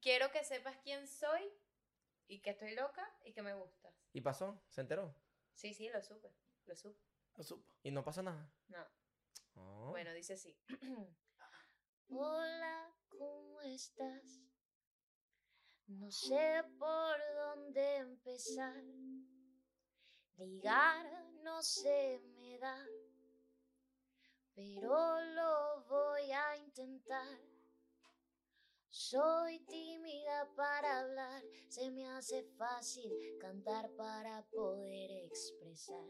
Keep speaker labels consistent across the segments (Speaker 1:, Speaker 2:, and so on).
Speaker 1: quiero que sepas quién soy y que estoy loca y que me gustas.
Speaker 2: ¿Y pasó? ¿Se enteró?
Speaker 1: Sí, sí, lo supe, lo supe.
Speaker 3: Lo supo.
Speaker 2: ¿Y no pasó nada?
Speaker 1: No,
Speaker 2: Oh.
Speaker 1: bueno, dice así.
Speaker 4: Hola, ¿cómo estás? No sé por dónde empezar. Ligar no se me da, pero lo voy a intentar. Soy tímida para hablar, se me hace fácil cantar para poder expresar.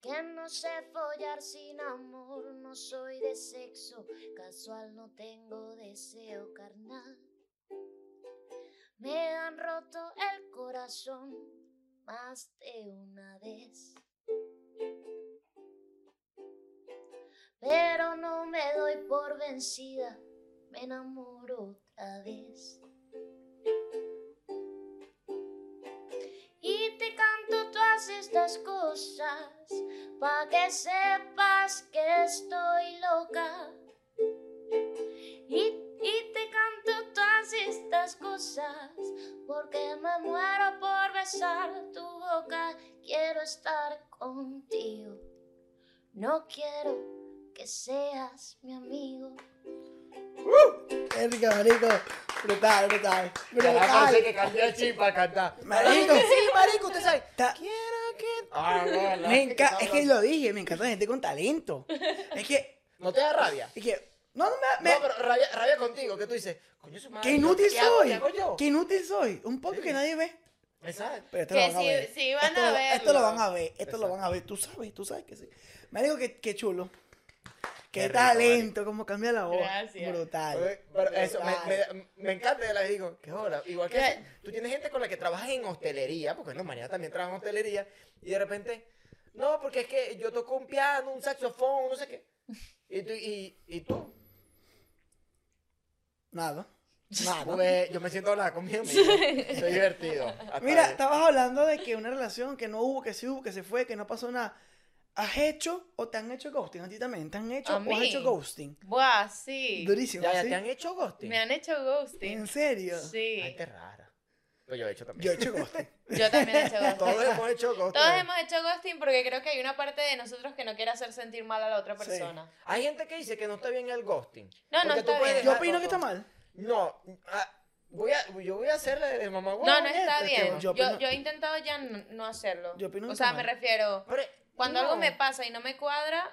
Speaker 4: Que no sé follar sin amor, no soy de sexo casual, no tengo deseo carnal. Me han roto el corazón más de una vez. Pero no me doy por vencida, me enamoro otra vez. Y te canto todas estas cosas pa' que sepas que estoy loca. Y, y te canto todas estas cosas porque me muero por besar tu boca. Quiero estar contigo. No quiero que seas mi amigo.
Speaker 3: Verga, marico. Brutal, brutal.
Speaker 5: Ya la parece
Speaker 3: Brutal.
Speaker 5: que cambió el chip para cantar.
Speaker 3: Marico.
Speaker 2: Sí, marico, usted sabe.
Speaker 3: Ta-
Speaker 2: Quiero que...
Speaker 5: Ah, no, la-
Speaker 3: Me encanta, es que
Speaker 5: cabrón.
Speaker 3: lo dije, me encanta la gente con talento. Es que,
Speaker 5: ¿No te da rabia?
Speaker 3: es que, no, no me, me-
Speaker 5: No, pero rabia, rabia contigo, que tú dices, coño, su madre.
Speaker 3: qué inútil
Speaker 5: ¿qué hago-
Speaker 3: soy,
Speaker 5: ¿Qué hago yo?
Speaker 3: qué inútil soy. Un poco que nadie ve.
Speaker 5: Exacto.
Speaker 3: Pero esto
Speaker 1: Que
Speaker 3: lo van
Speaker 1: sí-
Speaker 3: a ver.
Speaker 1: sí van
Speaker 3: esto,
Speaker 1: a
Speaker 3: lo- esto lo
Speaker 1: verlo.
Speaker 3: van a ver, esto lo
Speaker 5: Exacto.
Speaker 3: van a ver. Tú sabes, tú sabes que sí. Me dijo que, que chulo. Qué,
Speaker 5: Qué rico,
Speaker 3: talento, cómo cambia la voz.
Speaker 1: Gracias.
Speaker 3: Brutal.
Speaker 5: Oye, Pero eso,
Speaker 3: Brutal.
Speaker 5: me, me, me encanta, yo les digo, qué joda. Igual que
Speaker 3: Eh.
Speaker 1: Ya.
Speaker 5: tú tienes gente con la que trabajas en hostelería, porque no, María también trabaja en hostelería, y de repente, no, porque es que yo toco un piano, un saxofón, no sé qué. Y tú, y, y tú
Speaker 3: Nada. Nada.
Speaker 5: pues, yo me siento a hablar conmigo mismo. Soy divertido. Hasta
Speaker 3: Mira,
Speaker 5: ahí.
Speaker 3: estabas hablando de que una relación que no hubo, que sí hubo, que se fue, que no pasó nada. ¿Has hecho o te han hecho ghosting? ¿A ti también te han hecho
Speaker 1: A
Speaker 3: o has
Speaker 1: mí.
Speaker 3: hecho ghosting?
Speaker 1: Buah, sí.
Speaker 3: Durísimo.
Speaker 5: ya, ya
Speaker 3: ¿Ah, ¿sí?
Speaker 5: te han hecho ghosting.
Speaker 1: Me han hecho ghosting.
Speaker 3: ¿En serio?
Speaker 1: Sí.
Speaker 5: Ay, qué rara. Pero yo he hecho
Speaker 3: Yo
Speaker 5: también.
Speaker 3: he hecho ghosting.
Speaker 1: Yo también he hecho ghosting.
Speaker 5: Todos hemos hecho ghosting.
Speaker 1: Todos hemos hecho ghosting porque creo que hay una parte de nosotros que no quiere hacer sentir mal a la otra
Speaker 3: Sí.
Speaker 1: persona.
Speaker 5: Hay gente que dice que no está bien el ghosting.
Speaker 1: No, no
Speaker 5: Porque tú
Speaker 1: está
Speaker 5: puedes
Speaker 1: bien.
Speaker 3: Yo
Speaker 5: dejar-
Speaker 3: opino que está mal.
Speaker 5: No, ah, voy a, yo voy a hacerle de mamá
Speaker 1: No, no está bien.
Speaker 3: yo
Speaker 1: Yo,
Speaker 3: opino-
Speaker 1: yo he intentado ya n- no hacerlo.
Speaker 3: Yo opino que
Speaker 1: o sea,
Speaker 3: está
Speaker 1: me
Speaker 3: mal.
Speaker 1: refiero,
Speaker 5: Pero,
Speaker 1: cuando algo
Speaker 5: no.
Speaker 1: me pasa y no me cuadra,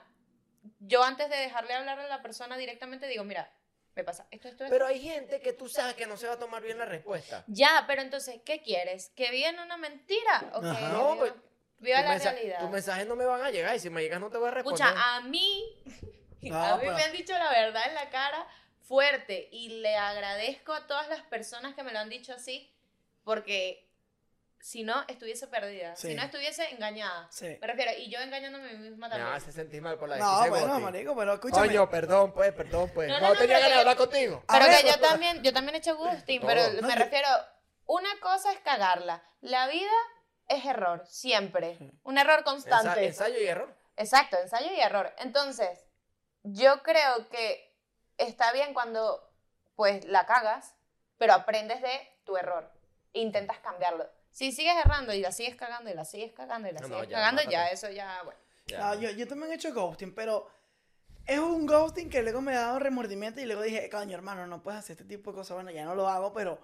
Speaker 1: yo antes de dejarle hablar a la persona directamente digo, mira, me pasa esto, esto, esto.
Speaker 5: Pero hay gente que tú sabes que no se va a tomar bien la respuesta.
Speaker 1: Ya, pero entonces, ¿qué quieres? ¿Que viene una mentira? ¿O
Speaker 3: Ajá.
Speaker 1: que
Speaker 5: No,
Speaker 1: viva,
Speaker 5: pues,
Speaker 1: viva
Speaker 5: Tus
Speaker 1: la
Speaker 5: mensa-
Speaker 1: realidad?
Speaker 5: Tus mensajes no me van a llegar y si me llegas no te voy a responder.
Speaker 1: Escucha, ah, a mí,
Speaker 3: No,
Speaker 1: a mí
Speaker 3: pero-
Speaker 1: me han dicho la verdad en la cara fuerte y le agradezco a todas las personas que me lo han dicho así porque si no estuviese perdida,
Speaker 3: Sí.
Speaker 1: si no estuviese engañada.
Speaker 3: Sí.
Speaker 1: Me refiero, y yo engañándome a mí misma
Speaker 5: me
Speaker 1: también.
Speaker 5: hace sentir mal por la
Speaker 3: No,
Speaker 5: decisión.
Speaker 3: bueno,
Speaker 5: ghosting.
Speaker 3: marico, pero escúchame.
Speaker 5: Coño, perdón, pues, perdón, pues. No,
Speaker 1: No, no, no,
Speaker 5: tenía
Speaker 1: pero
Speaker 5: ganas de
Speaker 1: yo-
Speaker 5: hablar contigo.
Speaker 3: A
Speaker 1: Pero
Speaker 3: ver,
Speaker 1: que yo también, yo también he hecho ghosting,
Speaker 5: Todo.
Speaker 1: pero
Speaker 3: No,
Speaker 1: me
Speaker 3: yo-
Speaker 1: refiero, una cosa es cagarla, la vida es error, siempre, un error
Speaker 5: Ensa-
Speaker 1: constante.
Speaker 5: ensayo y error.
Speaker 1: Exacto, ensayo y error. Entonces, yo creo que está bien cuando pues la cagas, pero aprendes de tu error e intentas cambiarlo. Si sigues errando y la sigues cagando y la sigues cagando y la
Speaker 5: No, no,
Speaker 1: sigues
Speaker 5: ya,
Speaker 1: cagando, ya
Speaker 5: mátate.
Speaker 1: eso ya, bueno.
Speaker 5: Ya,
Speaker 3: No, yo, yo también he hecho ghosting, pero es un ghosting que luego me ha dado remordimiento y luego dije, coño, hermano, no puedes hacer este tipo de cosas. Bueno, ya no lo hago, pero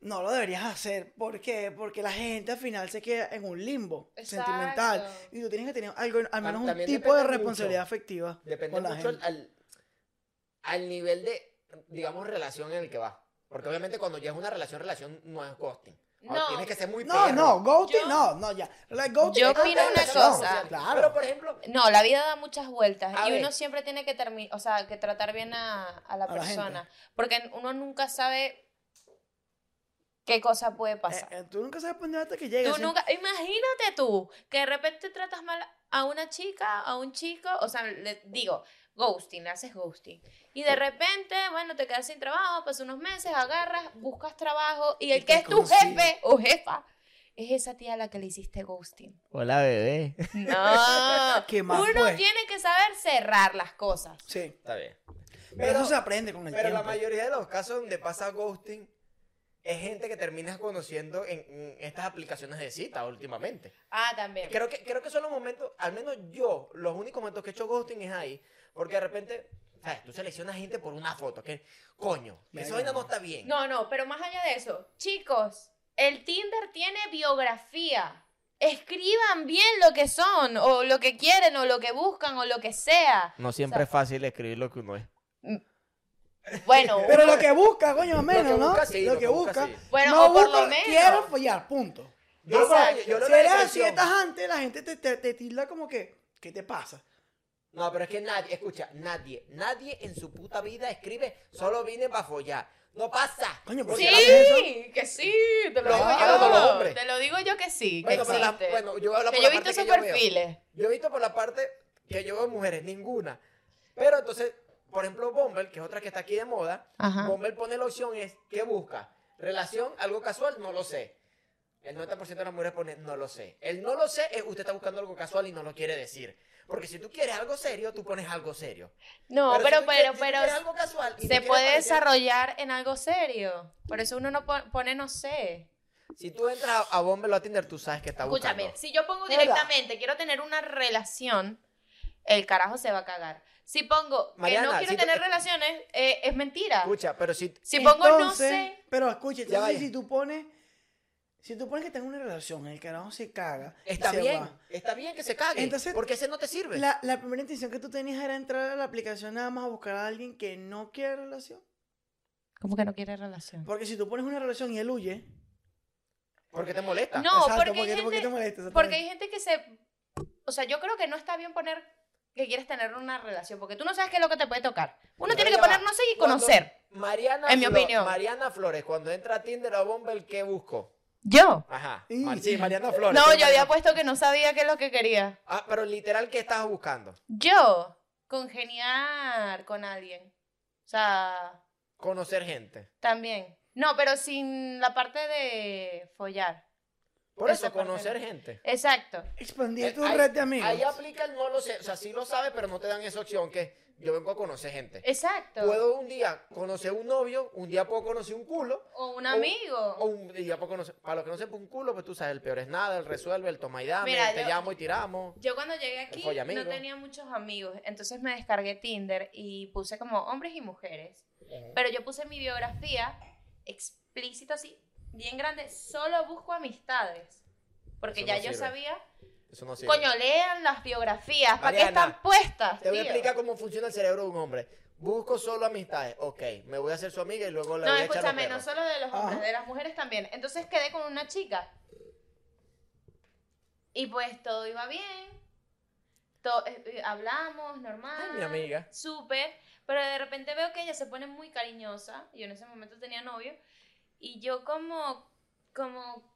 Speaker 3: no lo deberías hacer. ¿Por qué? Porque la gente al final se queda en un limbo
Speaker 1: Exacto.
Speaker 3: sentimental. Y tú tienes que tener algo, al menos un
Speaker 5: también
Speaker 3: tipo de
Speaker 5: depende
Speaker 3: responsabilidad
Speaker 5: mucho.
Speaker 3: afectiva.
Speaker 5: Depende
Speaker 3: con la
Speaker 5: mucho
Speaker 3: gente.
Speaker 5: al, al nivel de, digamos, relación en el que vas. Porque obviamente cuando ya es una relación, relación no es ghosting. Ahora,
Speaker 1: No.
Speaker 5: Tienes que ser muy
Speaker 3: No,
Speaker 5: perro.
Speaker 3: no, ghosting,
Speaker 1: Yo-
Speaker 3: no, no, ya. La ghosting
Speaker 1: Yo
Speaker 3: es
Speaker 1: opino
Speaker 3: antes de
Speaker 1: una
Speaker 5: Claro,
Speaker 3: la relación,
Speaker 1: cosa.
Speaker 5: Pero, pues,
Speaker 3: Claro. Eh,
Speaker 5: por ejemplo,
Speaker 1: No, la vida da muchas vueltas
Speaker 5: A
Speaker 1: y
Speaker 5: ver.
Speaker 1: uno siempre tiene que termi- o sea, que tratar bien a, a la
Speaker 3: A la gente.
Speaker 1: persona, porque uno nunca sabe qué cosa puede pasar.
Speaker 3: Eh, eh, tú nunca sabes por dónde hasta que llegues.
Speaker 1: Tú
Speaker 3: Eh, ¿sí?
Speaker 1: nunca, imagínate tú, que de repente tratas mal a una chica, a un chico, o sea, le digo, ghosting, le haces ghosting. Y de repente, bueno, te quedas sin trabajo, pasan unos meses, agarras, buscas trabajo y el
Speaker 3: Y
Speaker 1: que
Speaker 3: te
Speaker 1: es tu
Speaker 3: consigue.
Speaker 1: jefe o jefa es esa tía a la que le hiciste ghosting.
Speaker 5: Hola, bebé.
Speaker 1: No,
Speaker 3: ¿Qué más,
Speaker 1: uno
Speaker 3: pues?
Speaker 1: tiene que saber cerrar las cosas.
Speaker 3: Sí.
Speaker 5: Está bien.
Speaker 3: Pero
Speaker 5: Pero-
Speaker 3: eso se aprende con el
Speaker 5: Pero la
Speaker 3: tiempo.
Speaker 5: mayoría de los casos donde pasa ghosting es gente que terminas conociendo en, en estas aplicaciones de cita últimamente.
Speaker 1: Ah, también.
Speaker 5: Creo que, creo que son los momentos, al menos yo, los únicos momentos que he hecho ghosting es ahí. Porque de repente, ¿sabes? Tú seleccionas gente por una foto. Que, coño, que esa
Speaker 3: Verga,
Speaker 5: vaina no
Speaker 3: no.
Speaker 5: está bien.
Speaker 1: No, no, pero más allá de eso, chicos, el Tinder tiene biografía. Escriban bien lo que son, o lo que quieren, o lo que buscan, o lo que sea.
Speaker 5: No
Speaker 1: siempre es
Speaker 5: fácil escribir lo que uno es.
Speaker 1: Bueno,
Speaker 3: Pero lo que busca, coño,
Speaker 5: Lo que
Speaker 3: menos, ¿no?
Speaker 5: busca, sí, lo que busca, sí.
Speaker 1: bueno,
Speaker 3: no
Speaker 1: o por
Speaker 3: busca,
Speaker 1: lo menos.
Speaker 3: Quiero follar, punto.
Speaker 5: Yo, lo-
Speaker 1: Exacto.
Speaker 5: yo lo
Speaker 3: si
Speaker 5: veo de
Speaker 3: eres así,
Speaker 5: excepción.
Speaker 3: estás antes, la gente te, te, te tilda como que, ¿qué te pasa?
Speaker 5: No, pero es que nadie, escucha, nadie, nadie en su puta vida escribe, solo vine para follar. No pasa.
Speaker 3: Coño, pero
Speaker 1: Sí,
Speaker 3: ¿qué haces eso?
Speaker 1: que sí, te lo
Speaker 5: Lo
Speaker 1: digo
Speaker 5: hagan los
Speaker 1: yo.
Speaker 5: hombres.
Speaker 1: Te lo digo yo que sí, que
Speaker 5: Bueno, pero la-
Speaker 1: existe.
Speaker 5: bueno, yo hablo
Speaker 1: que
Speaker 5: por
Speaker 1: yo he
Speaker 5: la
Speaker 1: visto
Speaker 5: parte
Speaker 1: esos
Speaker 5: que yo veo.
Speaker 1: perfiles.
Speaker 5: Yo he visto por la parte que yo veo mujeres, ninguna. Pero entonces, por ejemplo, Bumble, que es otra que está aquí de moda,
Speaker 1: Ajá.
Speaker 5: Bumble pone la opción es, ¿qué busca? ¿Relación? ¿Algo casual? No lo sé. El 90% de las mujeres pone, no lo sé. El no lo sé es, usted está buscando algo casual y no lo quiere decir. Porque si tú quieres algo serio, tú pones algo serio.
Speaker 1: No, pero,
Speaker 5: si
Speaker 1: pero,
Speaker 5: tú quieres- si tú
Speaker 1: pero,
Speaker 5: quieres algo casual y no
Speaker 1: se
Speaker 5: quieres
Speaker 1: puede
Speaker 5: parecer-
Speaker 1: desarrollar en algo serio. Por eso uno no po- pone, no sé.
Speaker 5: Si tú entras a, a Bumble o a Tinder, tú sabes que está buscando.
Speaker 1: Escúchame, si yo pongo
Speaker 3: Hola.
Speaker 1: directamente, quiero tener una relación, el carajo se va a cagar. Si pongo que
Speaker 5: Mariana,
Speaker 1: no quiero
Speaker 5: si tú-
Speaker 1: tener relaciones, eh, es mentira.
Speaker 5: Escucha, pero si...
Speaker 1: Si pongo no
Speaker 3: Entonces,
Speaker 1: sé,
Speaker 3: Pero
Speaker 5: Ya
Speaker 3: escucha, entonces,
Speaker 5: vaya.
Speaker 3: si tú pones, si tú pones que tengo una relación, el carajo se caga.
Speaker 5: Está
Speaker 3: se
Speaker 5: bien, Pues.
Speaker 3: va.
Speaker 5: está bien que se cague.
Speaker 3: Entonces,
Speaker 5: porque ese no te sirve.
Speaker 3: La, la primera intención que tú tenías era entrar a la aplicación nada más a buscar a alguien que no quiere relación.
Speaker 1: ¿cómo que no quiere relación?
Speaker 3: Porque si tú pones una relación y él huye.
Speaker 5: Porque te molesta.
Speaker 1: No,
Speaker 3: exacto,
Speaker 1: porque hay
Speaker 3: porque, porque
Speaker 1: gente-
Speaker 3: te molesta.
Speaker 1: Porque hay gente que se... O sea, yo creo que no está bien poner que quieres tener una relación, porque tú no sabes qué es lo que te puede tocar. Uno
Speaker 5: Pero
Speaker 1: tiene
Speaker 5: ya
Speaker 1: que poner
Speaker 5: va.
Speaker 1: no sé y
Speaker 5: Cuando-
Speaker 1: conocer.
Speaker 5: Mariana,
Speaker 1: En mi
Speaker 5: Flo-
Speaker 1: opinión.
Speaker 5: Mariana Flores, cuando entra a Tinder o Bumble, ¿qué busco?
Speaker 1: Yo.
Speaker 5: Ajá.
Speaker 3: Sí.
Speaker 5: Mar- sí, Mariana Flores.
Speaker 1: No,
Speaker 5: Sí,
Speaker 1: yo
Speaker 5: Mariana-
Speaker 1: había puesto que no sabía qué es lo que quería.
Speaker 5: Ah, pero literal, ¿qué estás buscando?
Speaker 1: Yo, congeniar con alguien. O sea,
Speaker 5: Conocer gente.
Speaker 1: También. No, pero sin la parte de follar.
Speaker 5: Por
Speaker 1: Esa
Speaker 5: eso,
Speaker 1: parte
Speaker 5: conocer
Speaker 1: no.
Speaker 5: gente.
Speaker 1: Exacto.
Speaker 3: Expandir
Speaker 5: Eh,
Speaker 3: tu
Speaker 5: ahí-
Speaker 3: red de amigos.
Speaker 5: Ahí aplica el no lo sé. O sea, sí lo sabes, pero no te dan esa opción que yo vengo a conocer gente.
Speaker 1: Exacto.
Speaker 5: Puedo un día conocer un novio, un día puedo conocer un culo,
Speaker 1: O un
Speaker 5: o
Speaker 1: amigo.
Speaker 5: un día puedo conocer. Para los que no sepan un culo, pues tú sabes, el peor es nada, el resuelve, el toma y dame,
Speaker 1: Mira,
Speaker 5: te
Speaker 1: yo-
Speaker 5: llamo y tiramos.
Speaker 1: Yo cuando llegué aquí
Speaker 5: follamigo.
Speaker 1: no tenía muchos amigos, entonces me descargué Tinder y puse como hombres y mujeres. Pero yo puse mi biografía explícito así, bien grande, solo busco amistades. Porque
Speaker 5: Eso
Speaker 1: ya
Speaker 5: no
Speaker 1: yo
Speaker 5: sirve.
Speaker 1: sabía.
Speaker 5: Eso no sirve.
Speaker 1: Coño, lean las biografías, ¿para qué
Speaker 5: Mariana,
Speaker 1: están puestas?
Speaker 5: Te voy a
Speaker 1: tío?
Speaker 5: explicar cómo funciona el cerebro de un hombre. Busco solo amistades. Ok, me voy a hacer su amiga y luego la
Speaker 1: No,
Speaker 5: voy a echar los
Speaker 1: escúchame, no
Speaker 5: perros.
Speaker 1: solo de los hombres,
Speaker 3: Ajá.
Speaker 1: de las mujeres también. Entonces quedé con una chica. Y pues todo iba bien. To- eh, eh, hablamos, normal.
Speaker 5: Ay, mi amiga.
Speaker 1: Súper. Pero de repente veo que ella se pone muy cariñosa. Yo en ese momento tenía novio. Y yo como, como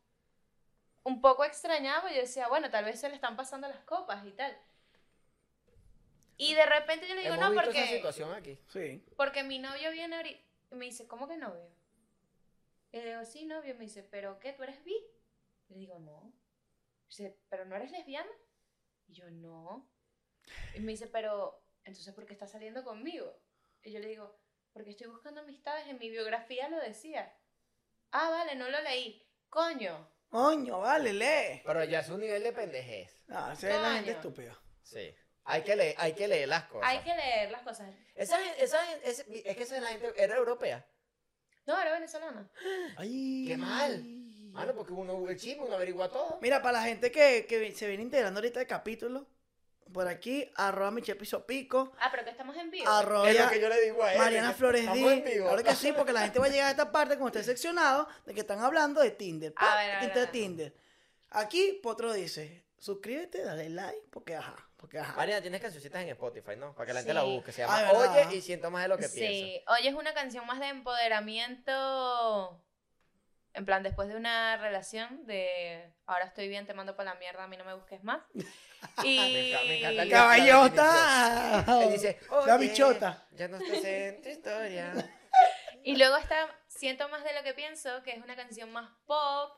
Speaker 1: un poco extrañaba. Yo decía, bueno, tal vez se le están pasando las copas y tal. Y de repente yo le digo,
Speaker 5: Hemos
Speaker 1: no,
Speaker 5: visto
Speaker 1: porque...
Speaker 5: esa situación aquí.
Speaker 3: Sí.
Speaker 1: Porque mi novio viene ahorita y me dice, ¿cómo que novio? Y le digo, sí, novio. Me dice, ¿pero qué? ¿Tú eres bi? Le digo, no. Dice, ¿pero no eres lesbiana? Y yo, no. Y me dice, pero, entonces, ¿por qué estás saliendo conmigo? Y yo le digo, porque estoy buscando amistades. En mi biografía lo decía. Ah, vale, no lo leí. Coño.
Speaker 3: Coño, vale, lee.
Speaker 5: Pero ya es un nivel de pendejez.
Speaker 3: No, Ah, esa es la gente
Speaker 1: Coño.
Speaker 3: estúpida.
Speaker 5: Sí. Hay que leer, hay que leer las cosas.
Speaker 1: Hay que leer las cosas.
Speaker 5: Esa, gen- esa, gen- es, es que esa es la gente, era europea.
Speaker 1: No, era venezolana.
Speaker 3: Ay.
Speaker 5: Qué mal. Mano, porque uno el chisme, uno averigua todo.
Speaker 3: Mira, para la gente que, que se viene integrando ahorita el capítulo, por aquí, arroba mi chepizo pico,
Speaker 1: Ah, pero que estamos en vivo.
Speaker 3: arroba
Speaker 5: es lo que yo le digo a él.
Speaker 3: Mariana
Speaker 5: que
Speaker 3: Flores
Speaker 5: estamos en
Speaker 3: D.
Speaker 5: vivo.
Speaker 3: Claro que sí, porque la gente va a llegar a esta parte cuando esté seccionado de que están hablando de Tinder.
Speaker 1: A
Speaker 3: Pa,
Speaker 1: ver, a ver,
Speaker 3: Tinder,
Speaker 1: a ver.
Speaker 3: Tinder. Aquí Potro dice, suscríbete, dale like, porque ajá, porque ajá.
Speaker 5: Mariana, tienes cancioncitas en Spotify, ¿no? Para que la gente
Speaker 1: Sí.
Speaker 5: la busque. Se llama
Speaker 3: Ay, Ah, ¿verdad?
Speaker 5: Oye y siento más de lo que pienso.
Speaker 1: Sí, oye, es una canción más de empoderamiento. En plan, después de una relación de ahora estoy bien, te mando para la mierda, a mí no me busques más. Y
Speaker 5: Me enca- me encanta el-
Speaker 3: Caballota.
Speaker 5: Él dice,
Speaker 3: Oh. La
Speaker 5: "Oye,
Speaker 3: bichota.
Speaker 5: Ya no estás en tu historia.
Speaker 1: y luego está Siento más de lo que pienso, que es una canción más pop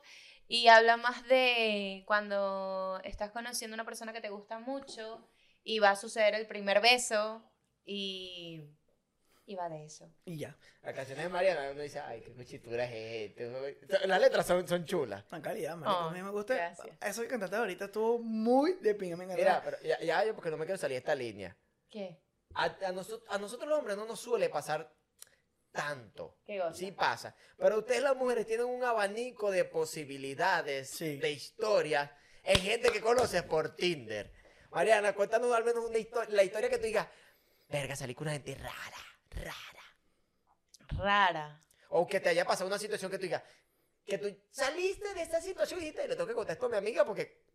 Speaker 1: y habla más de cuando estás conociendo a una persona que te gusta mucho y va a suceder el primer beso y Y va de eso.
Speaker 3: Y ya,
Speaker 5: La canción de Mariana, uno dice, ay, qué cuchitura es este. güey". Las letras son, son chulas.
Speaker 3: tan calidad, marico.
Speaker 1: Oh,
Speaker 3: a mí me gusta.
Speaker 1: gracias.
Speaker 3: Eso que cantaste ahorita estuvo muy de pinga, me encantó.
Speaker 5: Mira, pero ya, ya yo porque no me quiero salir de esta línea.
Speaker 1: ¿Qué?
Speaker 5: A, a noso- a nosotros los hombres no nos suele pasar tanto.
Speaker 1: ¿Qué cosa?
Speaker 5: Sí pasa. Pero ustedes las mujeres tienen un abanico de posibilidades,
Speaker 3: Sí.
Speaker 5: de historias. Es gente que conoces por Tinder. Mariana, cuéntanos al menos una histo- la historia que tú digas, verga, salí con una gente rara, rara.
Speaker 1: Rara.
Speaker 5: O que te haya pasado una situación que tú digas, que tú saliste de esa situación y dijiste, le tengo que contestar a mi amiga porque,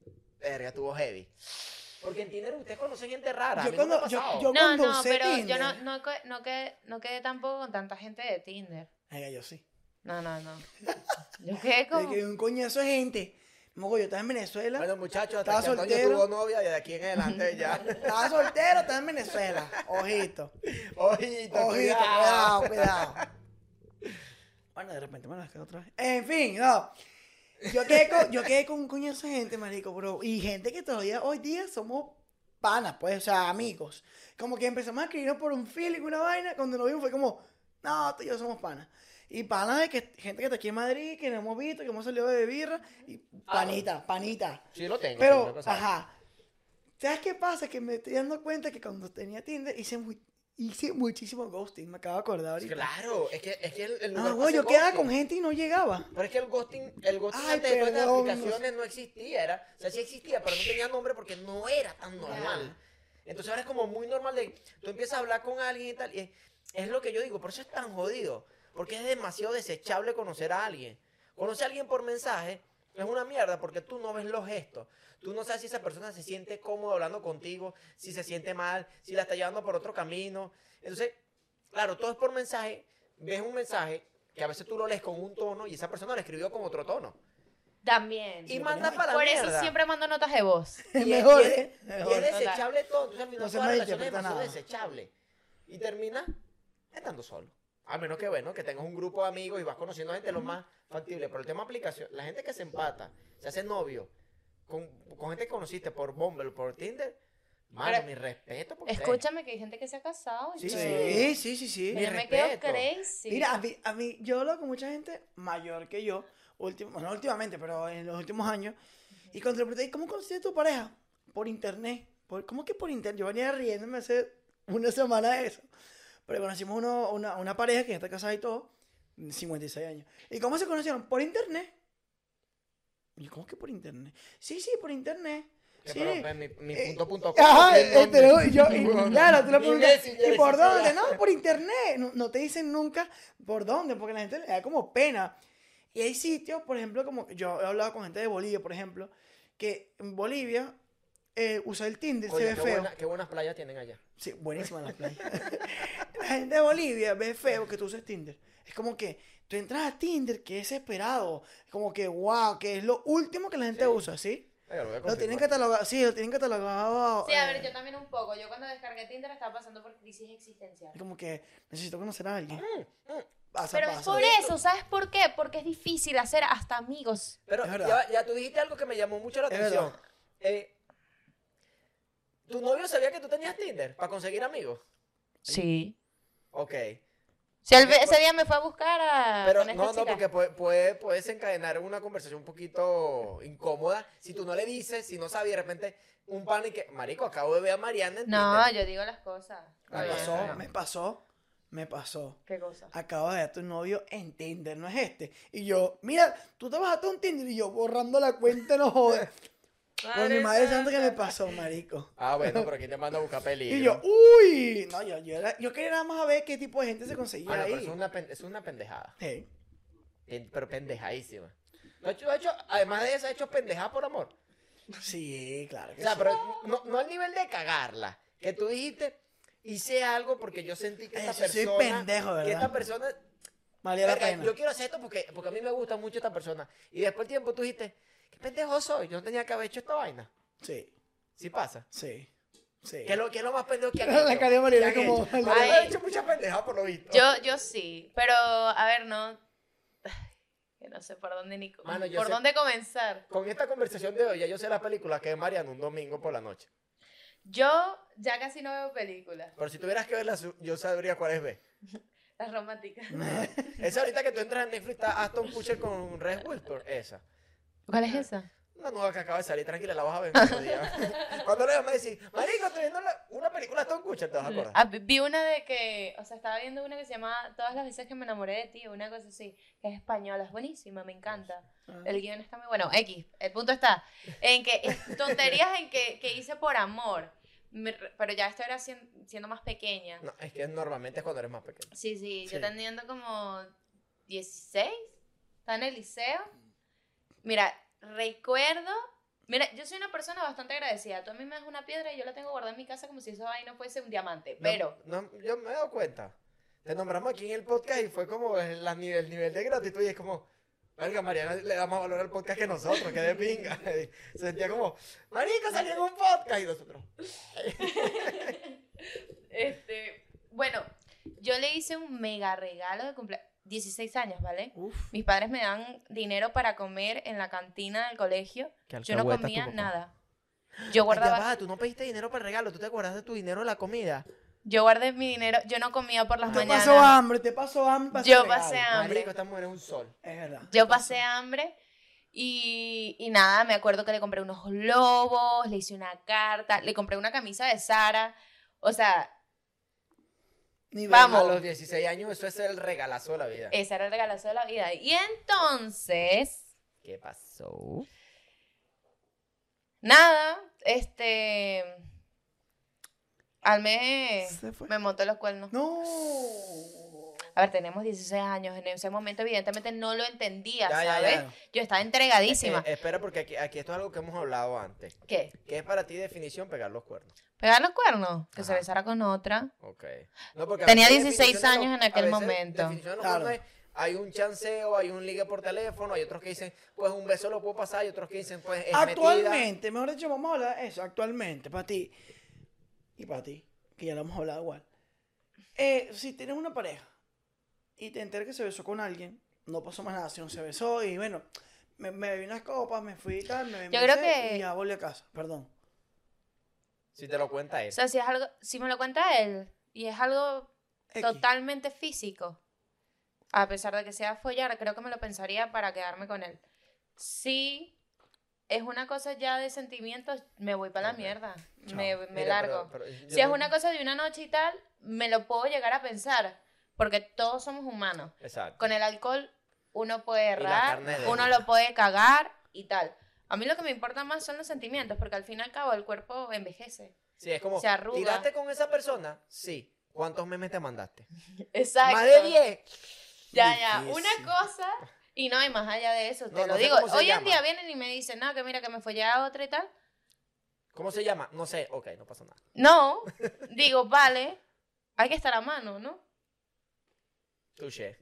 Speaker 5: verga, tuvo heavy. Porque en Tinder ustedes conocen gente rara.
Speaker 3: Yo
Speaker 5: a mí no me ha
Speaker 3: cuando- yo-
Speaker 5: pasado.
Speaker 3: yo-
Speaker 1: No,
Speaker 3: cuando
Speaker 1: no,
Speaker 3: usé
Speaker 1: pero yo
Speaker 3: Tinder-
Speaker 1: no, no, co- no, quedé, no quedé tampoco con tanta gente de Tinder.
Speaker 3: Venga, yo sí.
Speaker 1: No, no, no. Yo quedé
Speaker 3: De
Speaker 1: como...
Speaker 3: que un coñazo de gente. Moco, yo estaba en Venezuela.
Speaker 5: Bueno, muchachos, hasta
Speaker 3: Estaba
Speaker 5: que Antonio
Speaker 3: soltero.
Speaker 5: tuvo novia y de aquí en adelante ya.
Speaker 3: Estaba soltero, estaba en Venezuela. Ojito.
Speaker 5: Ojito,
Speaker 3: Ojito,
Speaker 5: cuidado.
Speaker 3: cuidado, cuidado. Bueno, de repente me las quedo otra vez. En fin, no. Yo quedé con, yo quedé con un coñazo de gente, marico, bro. Y gente que todavía hoy día somos panas, pues, o sea, amigos. Como que empezamos a escribirnos por un feeling, una vaina. Cuando nos vimos fue como, no, tú y yo somos panas. Y panas de que gente que está aquí en Madrid, que nos hemos visto, que hemos salido de birra. Y panita, panita.
Speaker 5: Sí, lo tengo. sí,
Speaker 3: Pero,
Speaker 5: una cosa.
Speaker 3: ajá. ¿Sabes qué pasa? Que me estoy dando cuenta que cuando tenía Tinder hice, mu- hice muchísimo ghosting. Me acabo de acordar ahorita.
Speaker 5: Claro, es que, es que el, el
Speaker 3: Ah,
Speaker 5: lugar
Speaker 3: güey,
Speaker 5: hace
Speaker 3: yo quedaba
Speaker 5: ghosting.
Speaker 3: con gente y no llegaba.
Speaker 5: Pero es que el ghosting, el ghosting
Speaker 3: Ay,
Speaker 5: antes de todas estas
Speaker 3: perdón, no
Speaker 5: aplicaciones no existía. Era, o sea, sí existía, pero no tenía nombre porque no era tan normal. Entonces ahora es como muy normal de tú empiezas a hablar con alguien y tal. Y es, es lo que yo digo, por eso es tan jodido. Porque es demasiado desechable conocer a alguien. Conocer a alguien por mensaje es una mierda porque tú no ves los gestos. Tú no sabes si esa persona se siente cómoda hablando contigo, si se siente mal, si la está llevando por otro camino. Entonces, claro, todo es por mensaje. Ves un mensaje que a veces tú lo lees con un tono y esa persona lo escribió con otro tono.
Speaker 1: También.
Speaker 5: Y manda para la
Speaker 1: Por eso
Speaker 5: mierda.
Speaker 1: siempre mando notas de voz.
Speaker 5: Y es- y
Speaker 3: Mejor,
Speaker 5: es-
Speaker 3: ¿eh?
Speaker 5: Y es
Speaker 3: Mejor.
Speaker 5: desechable todo. Entonces al final
Speaker 3: No se
Speaker 5: toda
Speaker 3: me
Speaker 5: relación es
Speaker 3: interpreta
Speaker 5: demasiado
Speaker 3: nada.
Speaker 5: desechable. Y termina estando solo. A menos que, bueno, que tengas un grupo de amigos y vas conociendo gente, lo más factible. Pero el tema aplicación, la gente que se empata, se hace novio, con, con gente que conociste por Bumble, por Tinder, mano,
Speaker 1: Pero-
Speaker 5: mi respeto por ustedes.
Speaker 1: Escúchame que hay gente que se ha casado. y
Speaker 5: Sí,
Speaker 1: todo.
Speaker 3: Sí, sí, sí,
Speaker 1: Yo
Speaker 3: sí.
Speaker 5: Mi
Speaker 1: me quedo
Speaker 5: respeto.
Speaker 1: crazy.
Speaker 3: Mira, a mí, a mí, yo hablo con mucha gente mayor que yo, último, bueno, no últimamente, pero en los últimos años. Y cuando le pregunté, "¿Y ¿cómo conociste a tu pareja? Por internet. Por, ¿Cómo que por internet? Yo venía riéndome hace una semana de eso. Pero conocimos uno, una, una pareja que ya está casada y todo, 56 años. ¿Y cómo se conocieron? Por internet. Y yo, ¿cómo que por internet? Sí, sí, por internet.
Speaker 5: Que,
Speaker 3: Sí.
Speaker 5: pero, pues, mi, mi
Speaker 3: Eh,
Speaker 5: punto, punto, com,
Speaker 3: Ajá,
Speaker 5: ¿en
Speaker 3: eh,
Speaker 5: dónde?
Speaker 3: te lo- y yo, y-
Speaker 5: Bueno,
Speaker 3: claro, tú lo
Speaker 5: ni
Speaker 3: preguntas,
Speaker 5: Messenger,
Speaker 3: ¿y por
Speaker 5: ni nada.
Speaker 3: dónde? No, por internet. No, no te dicen nunca por dónde, porque la gente le da como pena. Y hay sitios, por ejemplo, como que yo he hablado con gente de Bolivia, por ejemplo, que en Bolivia eh, usa el Tinder,
Speaker 5: Coño,
Speaker 3: se ve
Speaker 5: qué,
Speaker 3: feo.
Speaker 5: buena- qué buenas playas tienen allá.
Speaker 3: Sí, buenísima la playa. la gente de Bolivia ve feo que tú uses Tinder. Es como que tú entras a Tinder, que es esperado, como que wow, que es lo último que la gente
Speaker 5: Sí.
Speaker 3: usa, ¿sí?
Speaker 5: Ay, lo voy a
Speaker 3: Lo tienen
Speaker 5: confirmar.
Speaker 3: catalogado, sí, lo tienen catalogado.
Speaker 1: Sí, a ver,
Speaker 3: eh,
Speaker 1: yo también un poco. Yo cuando descargué Tinder estaba pasando por crisis existencial.
Speaker 3: Es como que necesito conocer a alguien.
Speaker 5: Mm, mm.
Speaker 3: Pasa,
Speaker 1: Pero es
Speaker 3: pasa.
Speaker 1: por eso, ¿sabes por qué? Porque es difícil hacer hasta amigos.
Speaker 5: Pero
Speaker 3: Es
Speaker 5: ya,
Speaker 3: verdad.
Speaker 5: va- ya tú dijiste algo que me llamó mucho la
Speaker 3: Es
Speaker 5: atención.
Speaker 3: verdad.
Speaker 5: Eh, ¿Tu novio sabía que tú tenías Tinder para conseguir amigos?
Speaker 1: Sí.
Speaker 5: Ok.
Speaker 1: Si él ve- ese día me fue a buscar a.
Speaker 5: Pero
Speaker 1: con esta
Speaker 5: no, no,
Speaker 1: chica.
Speaker 5: porque puede, puede, puede desencadenar una conversación un poquito incómoda si tú no le dices, si no sabes, y de repente un pan y que, marico, acabo de ver a Mariana en
Speaker 1: No,
Speaker 5: Tinder.
Speaker 1: yo digo las cosas.
Speaker 5: Ah,
Speaker 3: Me
Speaker 5: bien, está
Speaker 3: pasó,
Speaker 5: bien.
Speaker 3: me pasó, me pasó.
Speaker 1: ¿Qué cosa?
Speaker 3: Acabo de ver a tu novio en Tinder, no es este. Y yo, mira, tú te bajaste un Tinder y yo borrando la cuenta, no jodas. Por mi madre santa que me pasó, marico.
Speaker 5: Ah, bueno, pero aquí te manda a buscar peligro. Ah,
Speaker 3: Y yo, uy, no, yo, yo, era- yo quería nada más a ver qué tipo de gente se conseguía
Speaker 5: Ah, no, pero
Speaker 3: ahí.
Speaker 5: eso es una, pen- eso es una pendejada.
Speaker 3: Hey,
Speaker 5: Pen- Pero pendejadísima. No, ha hecho- ha hecho- además de eso, ha hecho pendejada por amor.
Speaker 3: Sí, claro que
Speaker 5: O sea,
Speaker 3: sí.
Speaker 5: pero no, no al nivel de cagarla. Que tú dijiste, hice algo porque yo sentí que
Speaker 3: Ay,
Speaker 5: esta
Speaker 3: Eh, yo soy
Speaker 5: persona.
Speaker 3: pendejo,
Speaker 5: Que
Speaker 3: ¿verdad?
Speaker 5: esta persona.
Speaker 3: Valía la
Speaker 5: verga,
Speaker 3: pena.
Speaker 5: yo quiero hacer esto porque, porque a mí me gusta mucho esta persona. Y después el tiempo tú dijiste, qué pendejo soy. Yo no tenía que haber hecho esta vaina.
Speaker 3: Sí,
Speaker 5: Sí pasa.
Speaker 3: sí, sí.
Speaker 5: ¿Qué es lo, qué es lo más pendejo que han hecho?
Speaker 3: La cara de Mariela
Speaker 5: ¿Qué han
Speaker 3: como-
Speaker 5: hecho?
Speaker 3: Ay.
Speaker 5: Mariela ha hecho muchas pendejadas por lo visto.
Speaker 1: Yo, yo sí. Pero, a ver, no. Que no sé por dónde ni. co-
Speaker 5: Mano, yo
Speaker 1: por
Speaker 5: sé-
Speaker 1: dónde comenzar.
Speaker 5: Con esta conversación de hoy, ya yo sé la película que es Mariano un domingo por la noche.
Speaker 6: Yo ya casi no veo películas,
Speaker 5: Pero si tuvieras que verlas, yo sabría cuáles ve.
Speaker 6: las románticas.
Speaker 5: Esa ahorita que tú entras en Netflix está Aston Kutcher con Reese Witherspoon, esa.
Speaker 1: ¿Cuál es esa?
Speaker 5: Una nueva que acaba de salir, tranquila, la vas a ver un otro día. Cuando le vas a decir, marico, estoy viendo la- una película de Aston Kutcher, te vas a acordar.
Speaker 1: Ah, vi- vi una de que, o sea, estaba viendo una que se llamaba Todas las veces que me enamoré de ti, una cosa así, que es española, es buenísima, me encanta. El guión está muy bueno. X, el punto está en que es tonterías en que, que hice por amor, Me re- pero ya esto era sien- siendo más pequeña.
Speaker 5: No, es que normalmente es cuando eres más pequeño.
Speaker 1: Sí, sí, yo
Speaker 3: Sí.
Speaker 1: teniendo como 16, estaba en el liceo. Mira, recuerdo, mira, yo soy una persona bastante agradecida. Tú a mí me das una piedra y yo la tengo guardada en mi casa como si esa vaina fuese un diamante,
Speaker 5: No,
Speaker 1: pero...
Speaker 5: no, yo me he dado cuenta. Te nombramos aquí en el podcast y fue como el, la nivel, el nivel de gratitud y es como, verga, Mariana le da más valor al podcast que nosotros, que de pinga. Se sentía como, marico, salió en un podcast y nosotros.
Speaker 1: Este, bueno, yo le hice un mega regalo de cumpleaños. 16 años, ¿vale?
Speaker 3: Uf.
Speaker 1: Mis padres me dan dinero para comer en la cantina del colegio. Yo no comía nada. Yo
Speaker 5: Ya
Speaker 1: guardaba,
Speaker 5: va, tú no pediste dinero para el regalo, tú te acuerdas de tu dinero en la comida.
Speaker 1: yo guardé mi dinero, yo no comía por las
Speaker 3: Te
Speaker 1: mañanas.
Speaker 3: pasó hambre, te pasó hambre. pasó
Speaker 1: Yo
Speaker 3: regalo.
Speaker 1: pasé hambre.
Speaker 5: Marico, esta mujer es un sol.
Speaker 3: Es verdad.
Speaker 1: Yo pasé hambre y, y nada, me acuerdo que le compré unos globos, le hice una carta, le compré una camisa de Sara. O sea,
Speaker 3: Nivel.
Speaker 1: Vamos.
Speaker 5: A los 16 años eso es el regalazo de la vida.
Speaker 1: ese era el regalazo de la vida. Y entonces,
Speaker 5: ¿Qué pasó?
Speaker 1: Nada, este. Al mes
Speaker 3: Se
Speaker 5: pues.
Speaker 3: fue.
Speaker 1: me ¿Eh? montó los cuernos.
Speaker 3: No.
Speaker 1: A ver, tenemos 16 años. En ese momento, evidentemente, no lo entendía,
Speaker 5: Ya, ya,
Speaker 1: ¿sabes?
Speaker 5: ya.
Speaker 1: Yo estaba entregadísima.
Speaker 5: Eh, espera, porque aquí, aquí esto es algo que hemos hablado antes.
Speaker 1: ¿Qué?
Speaker 5: ¿Qué es para ti definición pegar los cuernos?
Speaker 1: ¿Pegar los cuernos? Que se
Speaker 5: Ajá.
Speaker 1: besara con otra.
Speaker 5: Ok. No, porque a
Speaker 1: Tenía
Speaker 5: veces
Speaker 1: 16
Speaker 5: definición de
Speaker 1: años en
Speaker 5: a
Speaker 1: aquel
Speaker 5: veces
Speaker 1: momento.
Speaker 5: definición de los
Speaker 3: Claro.
Speaker 5: cuernos es, hay un chanceo, hay un ligue por teléfono, hay otros que dicen, pues un beso lo puedo pasar, y otros que dicen, pues es metida.
Speaker 3: Actualmente, mejor dicho, vamos a hablar de eso. Actualmente, para ti. Y para ti, que ya lo hemos hablado igual. Eh, si tienes una pareja y te enteras que se besó con alguien, no pasó más nada, si no se besó y bueno, me, me bebí unas copas, me fui y tal, me
Speaker 1: Yo creo
Speaker 3: embriacé
Speaker 1: que-
Speaker 3: Y ya volví a casa, perdón.
Speaker 5: Si te lo cuenta
Speaker 1: O
Speaker 5: él.
Speaker 1: sea, si, es algo, si me lo cuenta él y es algo
Speaker 3: X.
Speaker 1: totalmente físico, a pesar de que sea follar, creo que me lo pensaría para quedarme con él. Si es una cosa ya de sentimientos, me voy para la
Speaker 5: Ok.
Speaker 1: mierda. Me, me
Speaker 5: Mira,
Speaker 1: largo.
Speaker 5: pero- pero yo
Speaker 1: Si es
Speaker 5: no-
Speaker 1: una cosa de una noche y tal, me lo puedo llegar a pensar, porque todos somos humanos.
Speaker 5: Exacto.
Speaker 1: Con el alcohol uno puede
Speaker 5: Y la
Speaker 1: errar,
Speaker 5: carne de
Speaker 1: uno
Speaker 5: uno.
Speaker 1: lo puede cagar y tal. A mí lo que me importa más son los sentimientos, porque al fin y al cabo el cuerpo envejece.
Speaker 5: Sí, es como,
Speaker 1: se arruga.
Speaker 5: ¿tiraste con esa persona? Sí. ¿Cuántos memes te mandaste?
Speaker 1: Exacto.
Speaker 5: Más de 10.
Speaker 1: Ya, ya,
Speaker 3: Difícil.
Speaker 1: una cosa y no hay más allá de eso, te
Speaker 5: No,
Speaker 1: lo
Speaker 5: no sé
Speaker 1: digo.
Speaker 5: cómo se
Speaker 1: Hoy en
Speaker 5: llama.
Speaker 1: día vienen y me dicen, no, que mira que me follé a otra y tal.
Speaker 5: ¿Cómo se llama? No sé. Ok, no pasa nada.
Speaker 1: No, digo, vale, hay que estar a mano, ¿no?
Speaker 5: Touché.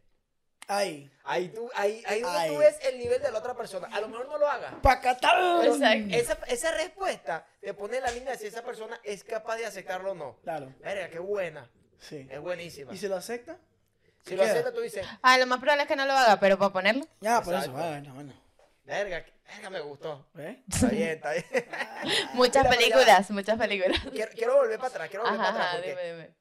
Speaker 3: Ahí.
Speaker 5: Ahí tú, ahí, ahí donde
Speaker 3: Ay.
Speaker 5: tú ves el nivel de la otra persona. A lo mejor no lo hagas.
Speaker 3: ¡Pacatán!
Speaker 1: Exacto.
Speaker 5: Esa, esa respuesta te pone en la línea de si esa persona es capaz de aceptarlo o no.
Speaker 3: Claro,
Speaker 5: Verga, qué buena.
Speaker 3: sí.
Speaker 5: Es buenísima.
Speaker 3: ¿Y se lo acepta?
Speaker 5: Si lo
Speaker 3: queda?
Speaker 5: aceptas, tú dices,
Speaker 1: Ah, lo más probable es que no lo haga, pero para ponerlo.
Speaker 3: Ya, por eso.
Speaker 5: Exacto.
Speaker 3: Bueno, bueno. ¿Eh?
Speaker 5: verga, que- verga, me gustó.
Speaker 3: ¿Ves?
Speaker 5: Está bien, está bien.
Speaker 1: Muchas
Speaker 5: Mira, pero ya-
Speaker 1: películas, muchas películas.
Speaker 5: Quiero, quiero volver para atrás, quiero volver
Speaker 1: Ajá,
Speaker 5: para atrás.
Speaker 1: ajá,
Speaker 5: porque
Speaker 1: dime, dime.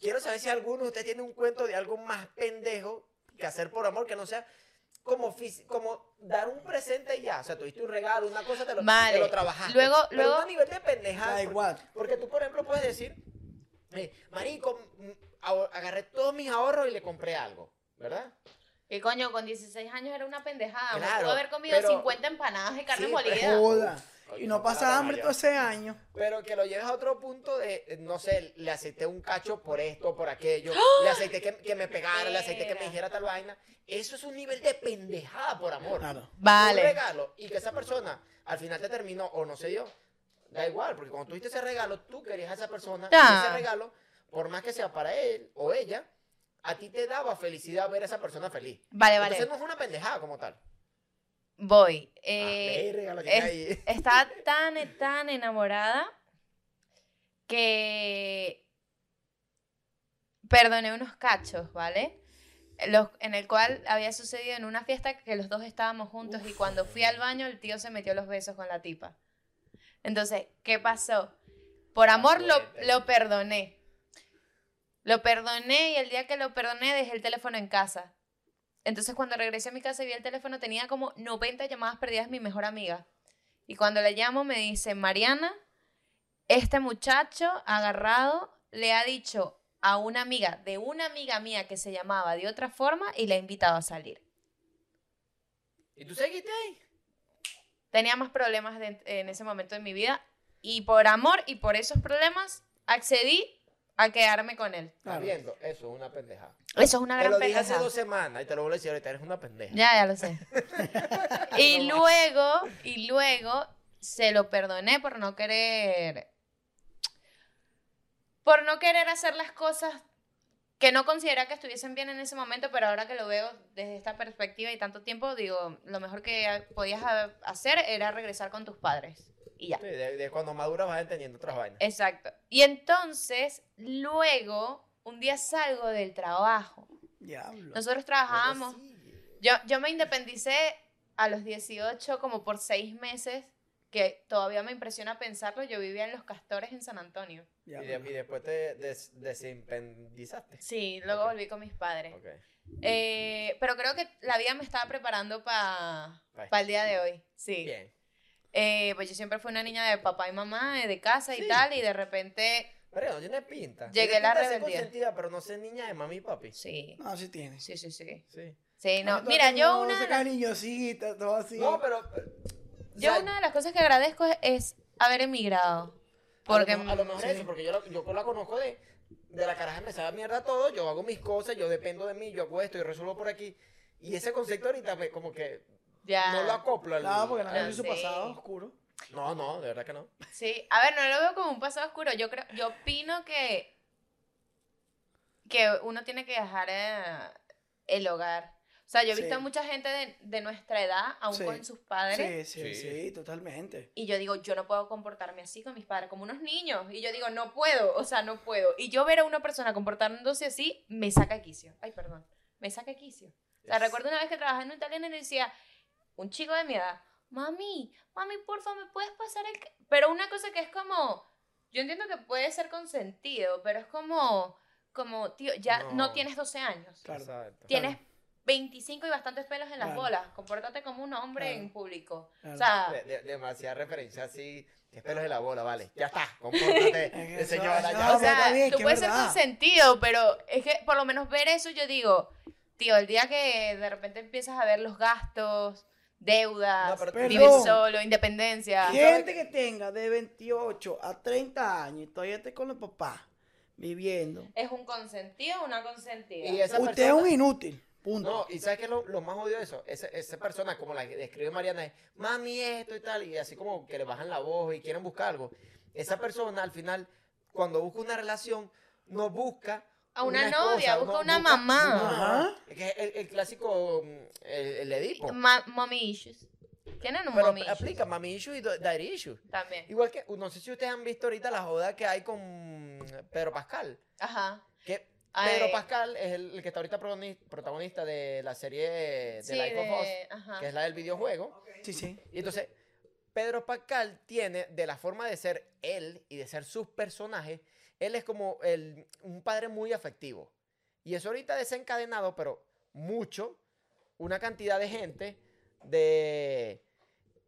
Speaker 5: Quiero saber si alguno de ustedes tiene un cuento de algo más pendejo que hacer por amor, que no sea como, fis- como dar un presente y ya. O sea, tuviste un regalo, una cosa, te lo, te
Speaker 1: Vale.
Speaker 5: lo trabajaste.
Speaker 1: Luego-
Speaker 5: Pero
Speaker 1: luego-
Speaker 5: no a nivel de pendejada.
Speaker 3: Da
Speaker 5: porque-
Speaker 3: igual.
Speaker 5: Porque tú, por ejemplo, puedes decir, eh, marico, mm, ahor- agarré todos mis ahorros y le compré algo, ¿verdad?
Speaker 1: Que coño, con 16 años era una pendejada. me
Speaker 5: Claro,
Speaker 1: pudo haber comido
Speaker 5: pero-
Speaker 1: 50 empanadas de carne
Speaker 5: Sí,
Speaker 1: molida.
Speaker 5: pero-
Speaker 3: Joda. Y
Speaker 5: Coño,
Speaker 3: no pasa
Speaker 5: la
Speaker 3: hambre pues.
Speaker 5: raya.
Speaker 3: todo ese año.
Speaker 5: Pero que lo lleves a otro punto de, eh, no sé, le acepté un cacho por esto, por aquello,
Speaker 1: ¡Ah!
Speaker 5: le acepté que, que me pegara, le acepté que me
Speaker 1: Espera.
Speaker 5: dijera tal vaina. Eso es un nivel de pendejada por amor.
Speaker 3: Claro.
Speaker 1: Vale.
Speaker 5: Un regalo y que esa persona al final te terminó o no se dio. Da igual, porque cuando tuviste ese regalo, tú querías a esa persona
Speaker 1: Ta.
Speaker 5: y ese regalo, por más que sea para él o ella, a ti te daba felicidad ver a esa persona feliz.
Speaker 1: Vale, vale.
Speaker 5: Entonces no es una pendejada como tal.
Speaker 1: Voy.
Speaker 5: Ah,
Speaker 1: Eh,
Speaker 5: verga, la que
Speaker 1: es-
Speaker 5: caí.
Speaker 1: estaba tan, eh, tan enamorada que perdoné unos cachos, ¿vale? Los, en el cual había sucedido en una fiesta que los dos estábamos juntos y cuando fui al baño el tío se metió los besos con la tipa. Entonces, ¿qué pasó? Por amor lo,
Speaker 5: Suerte.
Speaker 1: lo perdoné. Lo perdoné y el día que lo perdoné dejé el teléfono en casa. Entonces cuando regresé a mi casa y vi el teléfono tenía como 90 llamadas perdidas de mi mejor amiga. Y cuando le llamo me dice, Mariana, este muchacho agarrado le ha dicho a una amiga de una amiga mía que se llamaba de otra forma y la ha invitado a salir.
Speaker 5: ¿Y tú seguiste ahí?
Speaker 1: tenía más problemas de- en ese momento de mi vida y por amor y por esos problemas accedí a quedarme con él.
Speaker 5: ¿Estás
Speaker 3: Claro.
Speaker 5: viendo? Eso es una pendeja.
Speaker 1: Eso es una
Speaker 5: Te
Speaker 1: gran
Speaker 5: lo dije hace
Speaker 1: pendejada.
Speaker 5: dos semanas y te lo vuelvo a decir ahorita. Eres una pendeja.
Speaker 1: Ya, ya lo sé. y luego, y luego se lo perdoné por no querer por no querer hacer las cosas que no considera que estuviesen bien en ese momento, pero ahora que lo veo desde esta perspectiva y tanto tiempo, digo, lo mejor que podías ha- hacer era regresar con tus padres. Y ya.
Speaker 5: Sí, de, de cuando maduras vas entendiendo otras vainas.
Speaker 1: Exacto. Y entonces, luego, un día salgo del trabajo.
Speaker 3: Diablo.
Speaker 1: Nosotros trabajábamos.
Speaker 5: Pero sí.
Speaker 1: Yo, yo me independicé a los 18 como por seis meses, que todavía me impresiona pensarlo. Yo vivía en Los Castores, en San Antonio.
Speaker 5: Y,
Speaker 3: diablo.
Speaker 5: de- y después te des- desimpendizaste.
Speaker 1: Sí, luego
Speaker 5: Ok.
Speaker 1: volví con mis padres.
Speaker 5: Ok.
Speaker 1: Eh, pero creo que la vida me estaba preparando para
Speaker 5: Pa-
Speaker 1: el día de hoy. Sí.
Speaker 5: Bien.
Speaker 1: Eh, pues yo siempre fui una niña de papá y mamá, eh, de casa y
Speaker 5: Sí.
Speaker 1: tal, y de repente...
Speaker 5: Pero no tiene pinta.
Speaker 1: Llegué
Speaker 5: Tiene
Speaker 1: la
Speaker 5: pinta de ser
Speaker 1: rebeldía.
Speaker 5: consentida, pero no sé niña de mami y papi.
Speaker 1: Sí,
Speaker 3: No, sí tienes.
Speaker 1: sí, sí, sí.
Speaker 5: Sí.
Speaker 1: Sí, no.
Speaker 3: Ay, tú
Speaker 1: Mira,
Speaker 3: eres
Speaker 1: yo
Speaker 3: hermosa,
Speaker 1: una... de las-
Speaker 3: cariñosita, todo así.
Speaker 5: No, pero. o
Speaker 1: Yo
Speaker 5: sea,
Speaker 1: una de las cosas que agradezco es, es haber emigrado. Porque
Speaker 5: a lo, mejor- a lo mejor
Speaker 1: sí.
Speaker 5: eso, porque yo la, yo la conozco de, de la caraja me sabe mierda todo, yo hago mis cosas, yo dependo de mí, yo hago esto, yo resuelvo por aquí. Y ese concepto ahorita me- como que
Speaker 1: ya.
Speaker 5: no lo acoplo al-
Speaker 3: Claro, porque no
Speaker 1: Ah,
Speaker 3: conoce su
Speaker 1: sí.
Speaker 3: pasado oscuro.
Speaker 5: No, no, de verdad que no.
Speaker 1: Sí, a ver, no lo veo como un pasado oscuro. Yo creo, yo opino que que uno tiene que dejar eh, el hogar. O sea, yo he visto
Speaker 3: Sí.
Speaker 1: a mucha gente de, de nuestra edad, aún
Speaker 3: Sí.
Speaker 1: con sus padres,
Speaker 3: Sí, sí,
Speaker 5: Sí.
Speaker 3: sí, totalmente.
Speaker 1: y yo digo, yo no puedo comportarme así con mis padres, como unos niños. Y yo digo, no puedo, o sea, no puedo. Y yo ver a una persona comportándose así, me saca de quicio. Ay, perdón, me saca de quicio. O sea,
Speaker 5: Es-
Speaker 1: recuerdo una vez que trabajé en un italiano y le decía, un chico de mi edad, mami, mami, porfa, ¿me puedes pasar el...? ca-?" Pero una cosa que es como, yo entiendo que puede ser consentido, pero es como, como, tío, ya no,
Speaker 5: No.
Speaker 1: tienes 12 años.
Speaker 3: Claro.
Speaker 5: Exacto.
Speaker 1: Tienes 25 y bastantes pelos en las
Speaker 3: Claro.
Speaker 1: bolas. Compórtate como un hombre
Speaker 3: Claro.
Speaker 1: en público.
Speaker 3: Claro.
Speaker 1: O sea,
Speaker 5: De- de- demasiada referencia así, te pelos de la bola, vale. Ya está, compórtate,
Speaker 3: Es que
Speaker 5: de
Speaker 3: eso-
Speaker 5: señora, ya.
Speaker 3: eso-
Speaker 1: O
Speaker 3: pero está
Speaker 1: sea,
Speaker 3: bien,
Speaker 1: tú
Speaker 3: que es
Speaker 1: puedes ser
Speaker 3: verdad.
Speaker 1: consentido, pero es que por lo menos ver eso, yo digo, tío, el día que de repente empiezas a ver los gastos, deudas,
Speaker 5: No,
Speaker 3: pero-
Speaker 1: vivir
Speaker 3: Perdón.
Speaker 1: solo, independencia.
Speaker 5: ¿Qué?
Speaker 3: Gente que tenga de 28 a 30 años y todavía esté con los papás viviendo.
Speaker 1: ¿Es un consentido o una consentida?
Speaker 5: Y esa
Speaker 3: Usted es
Speaker 5: persona-
Speaker 3: un inútil. Punto.
Speaker 5: No, y ¿sabes qué es lo, lo más odio de eso? Esa, esa persona, como la que describe Mariana, es mami esto y tal, y así como que le bajan la voz y quieren buscar algo. Esa persona, al final, cuando busca una relación, no busca.
Speaker 1: A una
Speaker 5: esposa,
Speaker 1: novia,
Speaker 5: no
Speaker 1: busca una mamá.
Speaker 5: busca una mamá.
Speaker 3: Ajá.
Speaker 5: Es que es el, el clásico, mm, el, el Edipo.
Speaker 1: Ma- mommy issues. Tienen un
Speaker 5: Pero
Speaker 1: mommy issues
Speaker 5: aplica mami issue y da- daddy issue.
Speaker 1: también.
Speaker 5: Igual que, no sé si ustedes han visto ahorita la joda que hay con Pedro Pascal.
Speaker 1: Ajá.
Speaker 5: Que
Speaker 1: Ay.
Speaker 5: Pedro Pascal es el, el que está ahorita protagoni- protagonista de la serie de
Speaker 1: Sí,
Speaker 5: Life of Us,
Speaker 1: de- ajá.
Speaker 5: que es la del videojuego.
Speaker 3: Sí, sí.
Speaker 5: Y entonces, Pedro Pascal tiene, de la forma de ser él y de ser sus personajes, él es como el, un padre muy afectivo. Y eso ahorita ha desencadenado, pero mucho, una cantidad de gente de,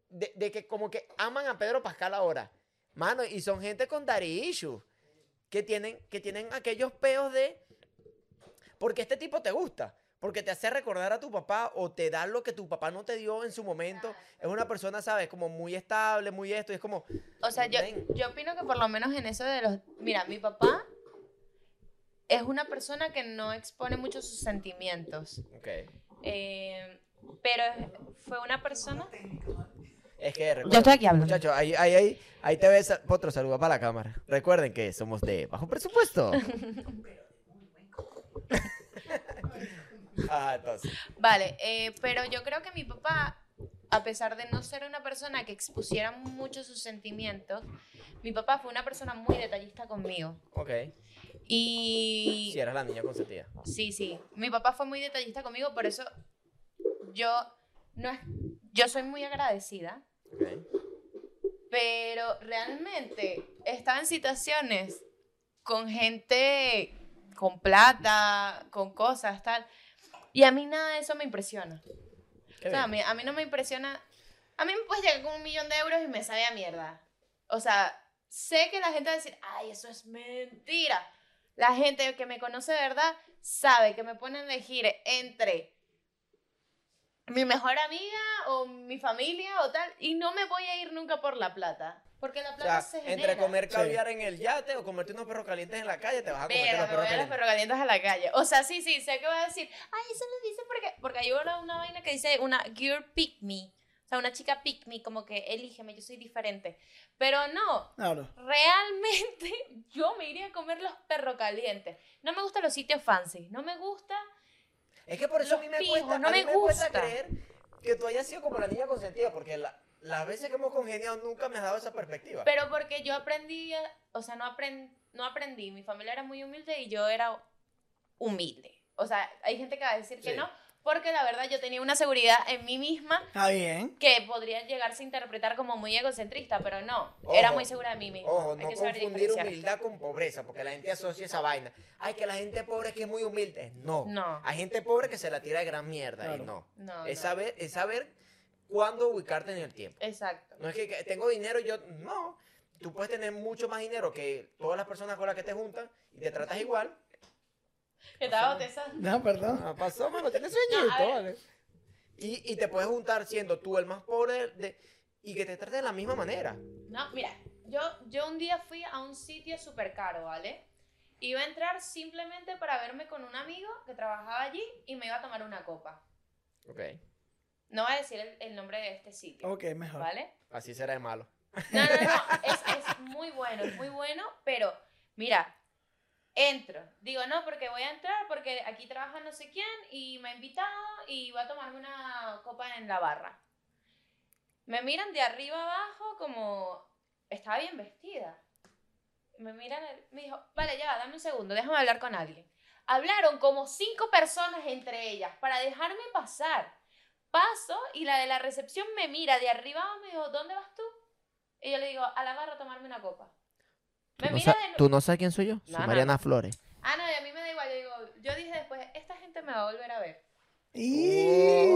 Speaker 5: de, de que como que aman a Pedro Pascal ahora. Mano, y son gente con daddy issues, que tienen, que tienen aquellos peos de... Porque este tipo te gusta, porque te hace recordar a tu papá o te da lo que tu papá no te dio en su momento. Es una persona, ¿sabes? Como muy estable, muy esto, y es como...
Speaker 1: O sea, yo,
Speaker 5: Ven.
Speaker 1: yo opino que por lo menos en eso de los... Mira, mi papá es una persona que no expone mucho sus sentimientos.
Speaker 5: Ok.
Speaker 1: Eh, pero fue una persona...
Speaker 5: Es que... recuerda-
Speaker 1: Yo estoy aquí hablando.
Speaker 5: Muchachos, ahí, ahí, ahí, ahí te ves. Potro, saluda para la cámara. Recuerden que somos de bajo presupuesto. ah, entonces.
Speaker 1: Vale, eh, pero yo creo que mi papá, a pesar de no ser una persona que expusiera mucho sus sentimientos, mi papá fue una persona muy detallista conmigo.
Speaker 5: Ok.
Speaker 1: Y...
Speaker 5: Si eras la niña consentida.
Speaker 1: Sí, sí. Mi papá fue muy detallista conmigo, por eso yo no es, yo soy muy agradecida,
Speaker 5: Ok.
Speaker 1: Pero realmente estaba en situaciones con gente con plata, con cosas, tal. Y a mí nada de eso me impresiona. O sea, a mí, a mí no me impresiona. A mí me puedes llegar con un millón de euros y me sabe a mierda. O sea, sé que la gente va a decir, ay, eso es mentira. La gente que me conoce de verdad sabe que me ponen a elegir entre mi mejor amiga o mi familia o tal. Y no me voy a ir nunca por la plata. Porque la
Speaker 5: O sea,
Speaker 1: plata se genera.
Speaker 5: entre comer
Speaker 3: Sí.
Speaker 5: caviar en el yate o comerte unos perros calientes en Ah, la calle, te vas a comer
Speaker 1: Verga,
Speaker 5: los
Speaker 1: me voy
Speaker 5: perros
Speaker 1: a los
Speaker 5: calientes.
Speaker 1: perrocalientes a la calle. O sea, sí, sí, sé que vas a decir, ay, eso lo dice porque, porque hay una, una vaina que dice una girl pick me. O sea, una chica pick me, como que elígeme, yo soy diferente. Pero no,
Speaker 3: Claro.
Speaker 1: realmente yo me iría a comer los perrocalientes. No me gustan los sitios fancy, no me gusta.
Speaker 5: Es que por eso a mí
Speaker 1: Los
Speaker 5: me
Speaker 1: pijos,
Speaker 5: cuesta,
Speaker 1: no
Speaker 5: a mí
Speaker 1: me
Speaker 5: me cuesta
Speaker 1: gusta.
Speaker 5: creer que tú hayas sido como la niña consentida, porque la- las veces que hemos congeniado nunca me has dado esa perspectiva.
Speaker 1: Pero porque yo aprendí, a- o sea, no, aprend- no aprendí. Mi familia era muy humilde y yo era humilde. O sea, hay gente que va a decir que
Speaker 5: Sí.
Speaker 1: no, porque la verdad yo tenía una seguridad en mí misma
Speaker 3: Está bien.
Speaker 1: que podría llegarse a interpretar como muy egocentrista, pero no, era
Speaker 5: Ojo,
Speaker 1: muy segura de mí misma.
Speaker 5: Ojo,
Speaker 1: Hay
Speaker 5: no
Speaker 1: que saber
Speaker 5: confundir
Speaker 1: diferenciar.
Speaker 5: humildad con pobreza, porque la gente asocia esa vaina. Ay, que la gente pobre es que es muy humilde. No.
Speaker 1: No.
Speaker 5: Hay gente pobre que se la tira de gran mierda y
Speaker 3: Claro.
Speaker 5: no.
Speaker 1: No,
Speaker 5: es,
Speaker 1: no.
Speaker 5: Saber, es saber cuándo ubicarte en el tiempo.
Speaker 1: Exacto.
Speaker 5: No es que que tengo dinero, yo. No. Tú puedes tener mucho más dinero que todas las personas con las que te juntan y te tratas igual.
Speaker 1: Que estaba bostezando.
Speaker 3: No, perdón.
Speaker 5: Ah, pasó, mano, tienes
Speaker 1: No, a
Speaker 5: sueñito,
Speaker 1: ver.
Speaker 5: vale. Y, y te puedes juntar siendo tú el más pobre de- y que te traten de la misma manera.
Speaker 1: No, mira, yo, yo un día fui a un sitio súper caro, ¿vale? Iba a entrar simplemente para verme con un amigo que trabajaba allí y me iba a tomar una copa.
Speaker 5: Ok.
Speaker 1: No voy a decir el, el nombre de este sitio,
Speaker 3: Ok, mejor.
Speaker 1: ¿vale?
Speaker 5: Así será de malo.
Speaker 1: No, no, no, es, es muy bueno, es muy bueno, pero mira, entro. Digo, no, porque voy a entrar porque aquí trabaja no sé quién y me ha invitado y va a tomarme una copa en la barra. Me miran de arriba abajo como, estaba bien vestida. Me miran, me dijo, vale, ya, dame un segundo, déjame hablar con alguien. Hablaron como cinco personas entre ellas para dejarme pasar. Paso y la de la recepción me mira de arriba abajo, me dijo, ¿dónde vas tú? Y yo le digo, a la barra a tomarme una copa. Me mira de nuevo.
Speaker 5: sabes quién soy yo?
Speaker 1: Soy No, no. Mariana
Speaker 5: Flores.
Speaker 1: Ah, no, y a mí me da igual. Yo digo, yo dije después, esta gente me va a volver a ver.
Speaker 3: Y-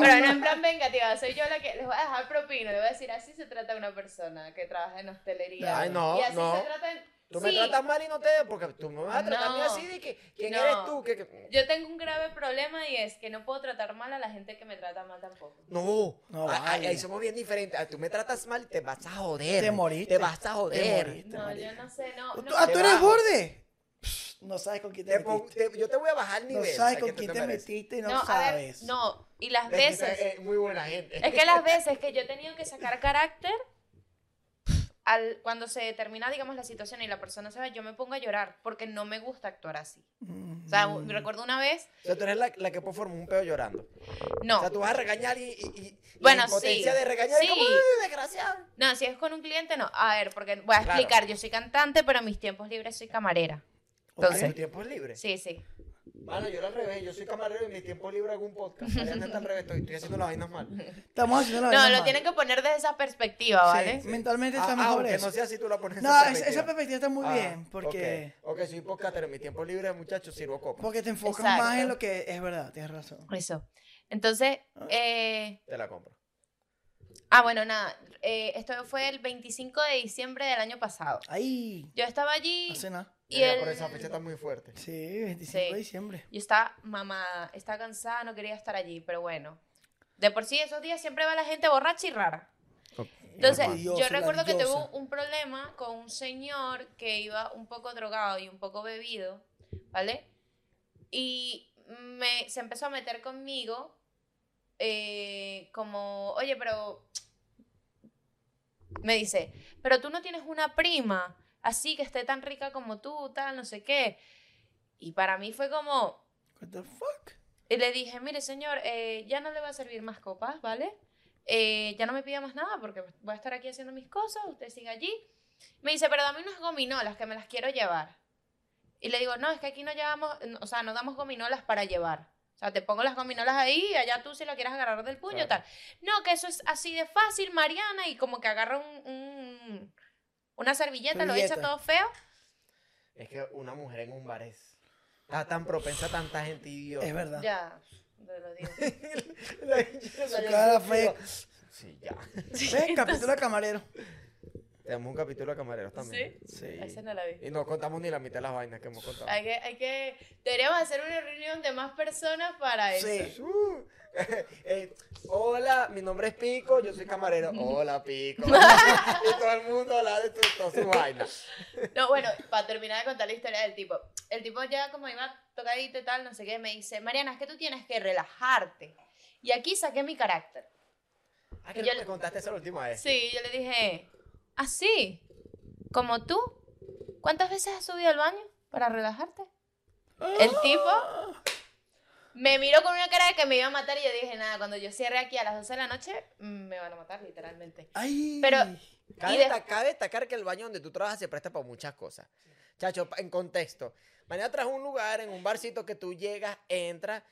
Speaker 1: Pero no en plan vengativa, soy yo la que les voy a dejar propina. Les voy a decir, así se trata una persona que trabaja en hostelería.
Speaker 5: Ay, no,
Speaker 1: y así
Speaker 5: no.
Speaker 1: se trata. en-
Speaker 5: Tú me
Speaker 1: Sí,
Speaker 5: tratas mal y no te porque tú me vas a tratar a mí
Speaker 1: No.
Speaker 5: así de que quién
Speaker 1: No.
Speaker 5: eres tú que, que-
Speaker 1: Yo tengo un grave problema y es que no puedo tratar mal a la gente que me trata mal tampoco.
Speaker 5: no,
Speaker 3: No,
Speaker 5: Ah, ah,
Speaker 3: vale.
Speaker 5: ahí somos bien diferentes. Ah, Tú me tratas mal, te vas a joder.
Speaker 3: Te moriste.
Speaker 5: Te vas a
Speaker 3: Te
Speaker 5: joder.
Speaker 3: moriste. Este
Speaker 1: No,
Speaker 3: marica.
Speaker 1: yo no sé, no. no.
Speaker 3: ¿Tú- ah,
Speaker 5: Te
Speaker 3: tú eres
Speaker 5: bajo.
Speaker 3: borde. Psh, No sabes con quién te
Speaker 5: Te pon-
Speaker 3: metiste.
Speaker 5: te- yo te voy a bajar el
Speaker 3: No
Speaker 5: nivel.
Speaker 3: sabes
Speaker 5: a
Speaker 3: con
Speaker 5: que tú
Speaker 3: quién
Speaker 5: te
Speaker 3: te
Speaker 5: mereces.
Speaker 3: metiste y no,
Speaker 1: no, a ver,
Speaker 3: sabes.
Speaker 1: no. Y las
Speaker 5: Es que tú
Speaker 1: veces.
Speaker 5: eres muy buena gente.
Speaker 1: Es que las veces que yo he tenido que sacar carácter, al, cuando se termina, digamos, la situación y la persona se va, yo me pongo a llorar porque no me gusta actuar así. O sea,
Speaker 3: Mm.
Speaker 1: recuerdo una vez,
Speaker 5: O sea, tú eres la, la que puede formar un peo llorando.
Speaker 1: no.
Speaker 5: O sea, tú vas a regañar y, y, y
Speaker 1: Bueno,
Speaker 5: la impotencia
Speaker 1: sí.
Speaker 5: de regañar
Speaker 1: Sí.
Speaker 5: es como, "Ay, desgraciado.
Speaker 1: No, si es con un cliente, no. A ver, porque voy a
Speaker 5: Claro.
Speaker 1: explicar. Yo soy cantante, pero en mis tiempos libres soy camarera.
Speaker 5: Ay,
Speaker 1: Entonces,
Speaker 5: tu tiempo es libre.
Speaker 1: sí, sí.
Speaker 5: Mano, yo era al revés, yo soy camarero y en mi tiempo libre hago un podcast. Mariana está al revés, estoy, estoy haciendo las vainas mal.
Speaker 3: Estamos haciendo la
Speaker 1: No,
Speaker 3: vaina
Speaker 1: lo
Speaker 3: mal.
Speaker 1: tienen que ¿eh? poner desde esa perspectiva, ¿vale?
Speaker 3: Sí, Mentalmente
Speaker 5: Ah,
Speaker 3: está
Speaker 5: ah,
Speaker 3: mejor
Speaker 5: aunque
Speaker 3: eso.
Speaker 5: no sea así, tú la pones en
Speaker 3: No,
Speaker 5: esa
Speaker 3: esa, esa perspectiva está muy
Speaker 5: Ah,
Speaker 3: bien. Porque,
Speaker 5: Ok, ok, soy podcastero, en mi tiempo libre, muchachos, sirvo copa.
Speaker 3: porque te enfocas
Speaker 1: Exacto.
Speaker 3: más en lo que es verdad. Tienes razón.
Speaker 1: Eso. Entonces, eh,
Speaker 5: Te la compro.
Speaker 1: ah, bueno, nada. eh, esto fue el 25 de diciembre del año pasado.
Speaker 3: Ahí.
Speaker 1: Yo estaba allí
Speaker 3: No sé nada.
Speaker 1: y
Speaker 5: Mira,
Speaker 1: el...
Speaker 5: Por esa fecha está muy fuerte.
Speaker 3: Sí, 25
Speaker 1: Sí.
Speaker 3: de diciembre.
Speaker 1: Yo estaba mamada, estaba cansada, no quería estar allí, pero bueno. De por sí, esos días siempre va la gente borracha y rara. Entonces,
Speaker 3: Orgullosa,
Speaker 1: yo recuerdo que tuve
Speaker 3: orgullosa.
Speaker 1: un- un problema con un señor que iba un poco drogado y un poco bebido, ¿vale? Y me, se empezó a meter conmigo eh, como, oye, pero... Me dice, pero tú no tienes una prima así que esté tan rica como tú, tal, no sé qué. Y para mí fue como,
Speaker 3: What the fuck?
Speaker 1: y le dije, mire señor, eh, ya no le voy a servir más copas, ¿vale? Eh, ya no me pida más nada porque voy a estar aquí haciendo mis cosas, usted sigue allí. Me dice, pero dame unas gominolas que me las quiero llevar. Y le digo, no, es que aquí no llevamos, no, o sea, no damos gominolas para llevar. O sea, te pongo las gominolas ahí y allá tú si lo quieres agarrar del puño,
Speaker 5: Claro.
Speaker 1: tal. No, que eso es así de fácil, Mariana, y como que agarra un, un- una servilleta, lo echa
Speaker 3: Servilleta.
Speaker 1: todo feo.
Speaker 5: Es que una mujer en un bar es. Eh, Está tan propensa a tanta gente idiota.
Speaker 3: Es verdad.
Speaker 1: Ya, te lo digo.
Speaker 5: La bicha salió
Speaker 3: cara
Speaker 5: así,
Speaker 3: fue-
Speaker 5: tipo, Sí, ya.
Speaker 3: ¿Ves? Capítulo de camarero.
Speaker 5: Tenemos un capítulo de camareros también. Sí.
Speaker 6: Esa no la vi.
Speaker 5: Y no contamos ni la mitad de las vainas que hemos contado.
Speaker 6: Hay que, hay que, deberíamos hacer una reunión de más personas para eso.
Speaker 3: Sí.
Speaker 5: Uh, eh, hola, mi nombre es Pico, yo soy camarero. Hola, Pico. y todo el mundo habla de tu, todas sus vainas.
Speaker 6: No, bueno, para terminar de contar la historia del tipo. El tipo ya como iba tocadito y tal, no sé qué, me dice, Mariana, es que tú tienes que relajarte. Y aquí saqué mi carácter.
Speaker 5: Ah, que
Speaker 1: Yo
Speaker 5: no
Speaker 1: le-
Speaker 5: me contaste esa la última vez.
Speaker 1: Sí, yo le dije, así, como tú, ¿cuántas veces has subido al baño para relajarte? El tipo me miró con una cara de que me iba a matar y yo dije, nada, cuando yo cierre aquí a las 12 de la noche, mm, me van a matar literalmente.
Speaker 3: Ay.
Speaker 1: Pero-
Speaker 5: Cabe,
Speaker 1: Y de-
Speaker 5: desta- cabe destacar que el baño donde tú trabajas se presta para muchas cosas. Chacho, pa- en contexto. Mañana traes un lugar, en un barcito que tú llegas, entras,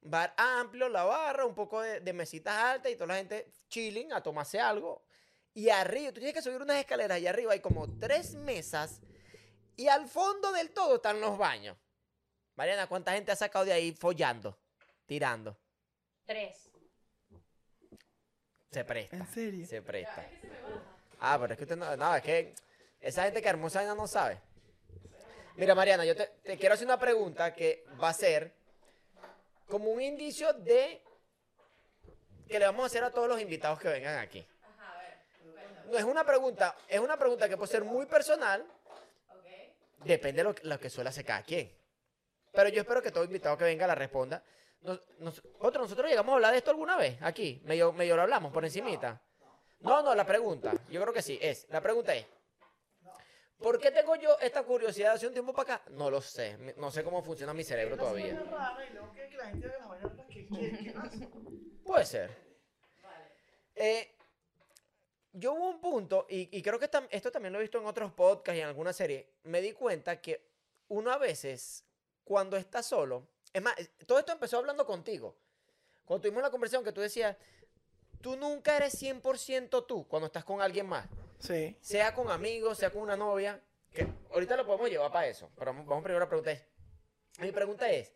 Speaker 5: bar amplio, la barra, un poco de, de mesitas altas y toda la gente chilling a tomarse algo. Y arriba, tú tienes que subir unas escaleras y arriba hay como tres mesas y al fondo del todo están los baños. Mariana, ¿cuánta gente ha sacado de ahí follando, tirando?
Speaker 1: Tres.
Speaker 5: Se presta.
Speaker 3: ¿En serio?
Speaker 5: Se presta. Ah, pero es que usted no. No, es que esa gente que hermosa no sabe. Mira, Mariana, yo te, te quiero hacer una pregunta que va a ser como un indicio de que le vamos a hacer a todos los invitados que vengan aquí. No es una pregunta, es una pregunta que puede ser muy personal. Depende de lo, que- lo que suele hacer cada quien. Pero yo espero que todo invitado que venga la responda. Nos- nos- otro, nosotros llegamos a hablar de esto alguna vez aquí. Medio, medio lo hablamos por encimita. No, no, la pregunta. Yo creo que sí. Es. La pregunta es. ¿Por qué tengo yo esta curiosidad hace un tiempo para acá? No lo sé. mi- No sé cómo funciona mi cerebro todavía. Puede ser. Eh, yo hubo un punto, y, y creo que tam- esto también lo he visto en otros podcasts y en alguna serie, me di cuenta que uno a veces, cuando está solo, es más, eh, todo esto empezó hablando contigo. Cuando tuvimos la conversación que tú decías, tú nunca eres 100% tú cuando estás con alguien más
Speaker 3: Sí.
Speaker 5: sea con amigos, sea con una novia, que ahorita lo podemos llevar para eso, pero vamos, vamos primero a la pregunta. es- Mi pregunta es,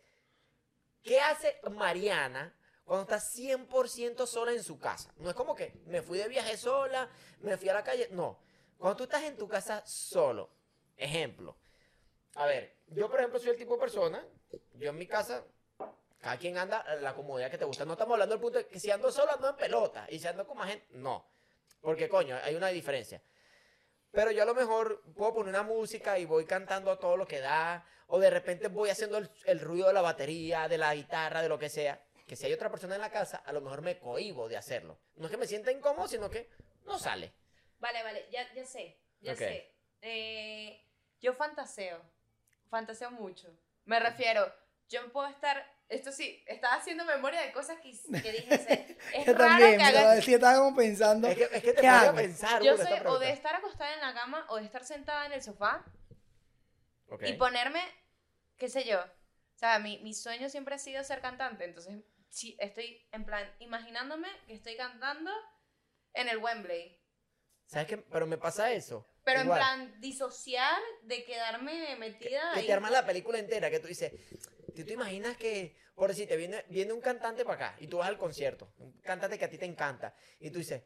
Speaker 5: ¿qué hace Mariana cuando está 100% sola en su casa? No es como que me fui de viaje sola, me fui a la calle, no. Cuando tú estás en tu casa solo, ejemplo. A ver, yo por ejemplo soy el tipo de persona, yo en mi casa, cada quien anda a la comodidad que te gusta. No estamos hablando del punto de que si ando solo ando en pelota y si ando con más gente, no. Porque coño, hay una diferencia. Pero yo a lo mejor puedo poner una música y voy cantando a todo lo que da. O de repente voy haciendo el, el ruido de la batería, de la guitarra, de lo que sea. Que si hay otra persona en la casa, a lo mejor me cohibo de hacerlo. No es que me sienta incómodo, sino que no sale.
Speaker 1: Vale, vale, ya, ya sé, ya
Speaker 5: Ok.
Speaker 1: sé. Eh, yo fantaseo, fantaseo mucho. Me refiero, yo puedo estar, esto sí, estaba haciendo memoria de cosas que, hice- que dije. o sea, Es
Speaker 3: Yo
Speaker 1: raro
Speaker 3: también,
Speaker 1: que
Speaker 3: mira,
Speaker 1: hagas-
Speaker 3: sí estaba como pensando.
Speaker 5: Es que, es que te
Speaker 3: ¿Qué
Speaker 5: pone a
Speaker 3: hago?
Speaker 5: pensar.
Speaker 1: Yo
Speaker 5: burda, esta
Speaker 1: soy o de
Speaker 5: pregunta.
Speaker 1: estar acostada en la cama o de estar sentada en el sofá
Speaker 5: Ok.
Speaker 1: y ponerme, qué sé yo. O sea, mi, mi sueño siempre ha sido ser cantante. Entonces, sí, estoy en plan imaginándome que estoy cantando en el Wembley.
Speaker 5: ¿Sabes qué? Pero me pasa eso.
Speaker 1: Pero
Speaker 5: Igual.
Speaker 1: en plan disociar de quedarme metida
Speaker 5: Que
Speaker 1: ahí.
Speaker 5: te armas la película entera, que tú dices, ¿tú te imaginas que, por decir, te viene, viene un cantante para acá y tú vas al concierto, un cantante que a ti te encanta, y tú dices,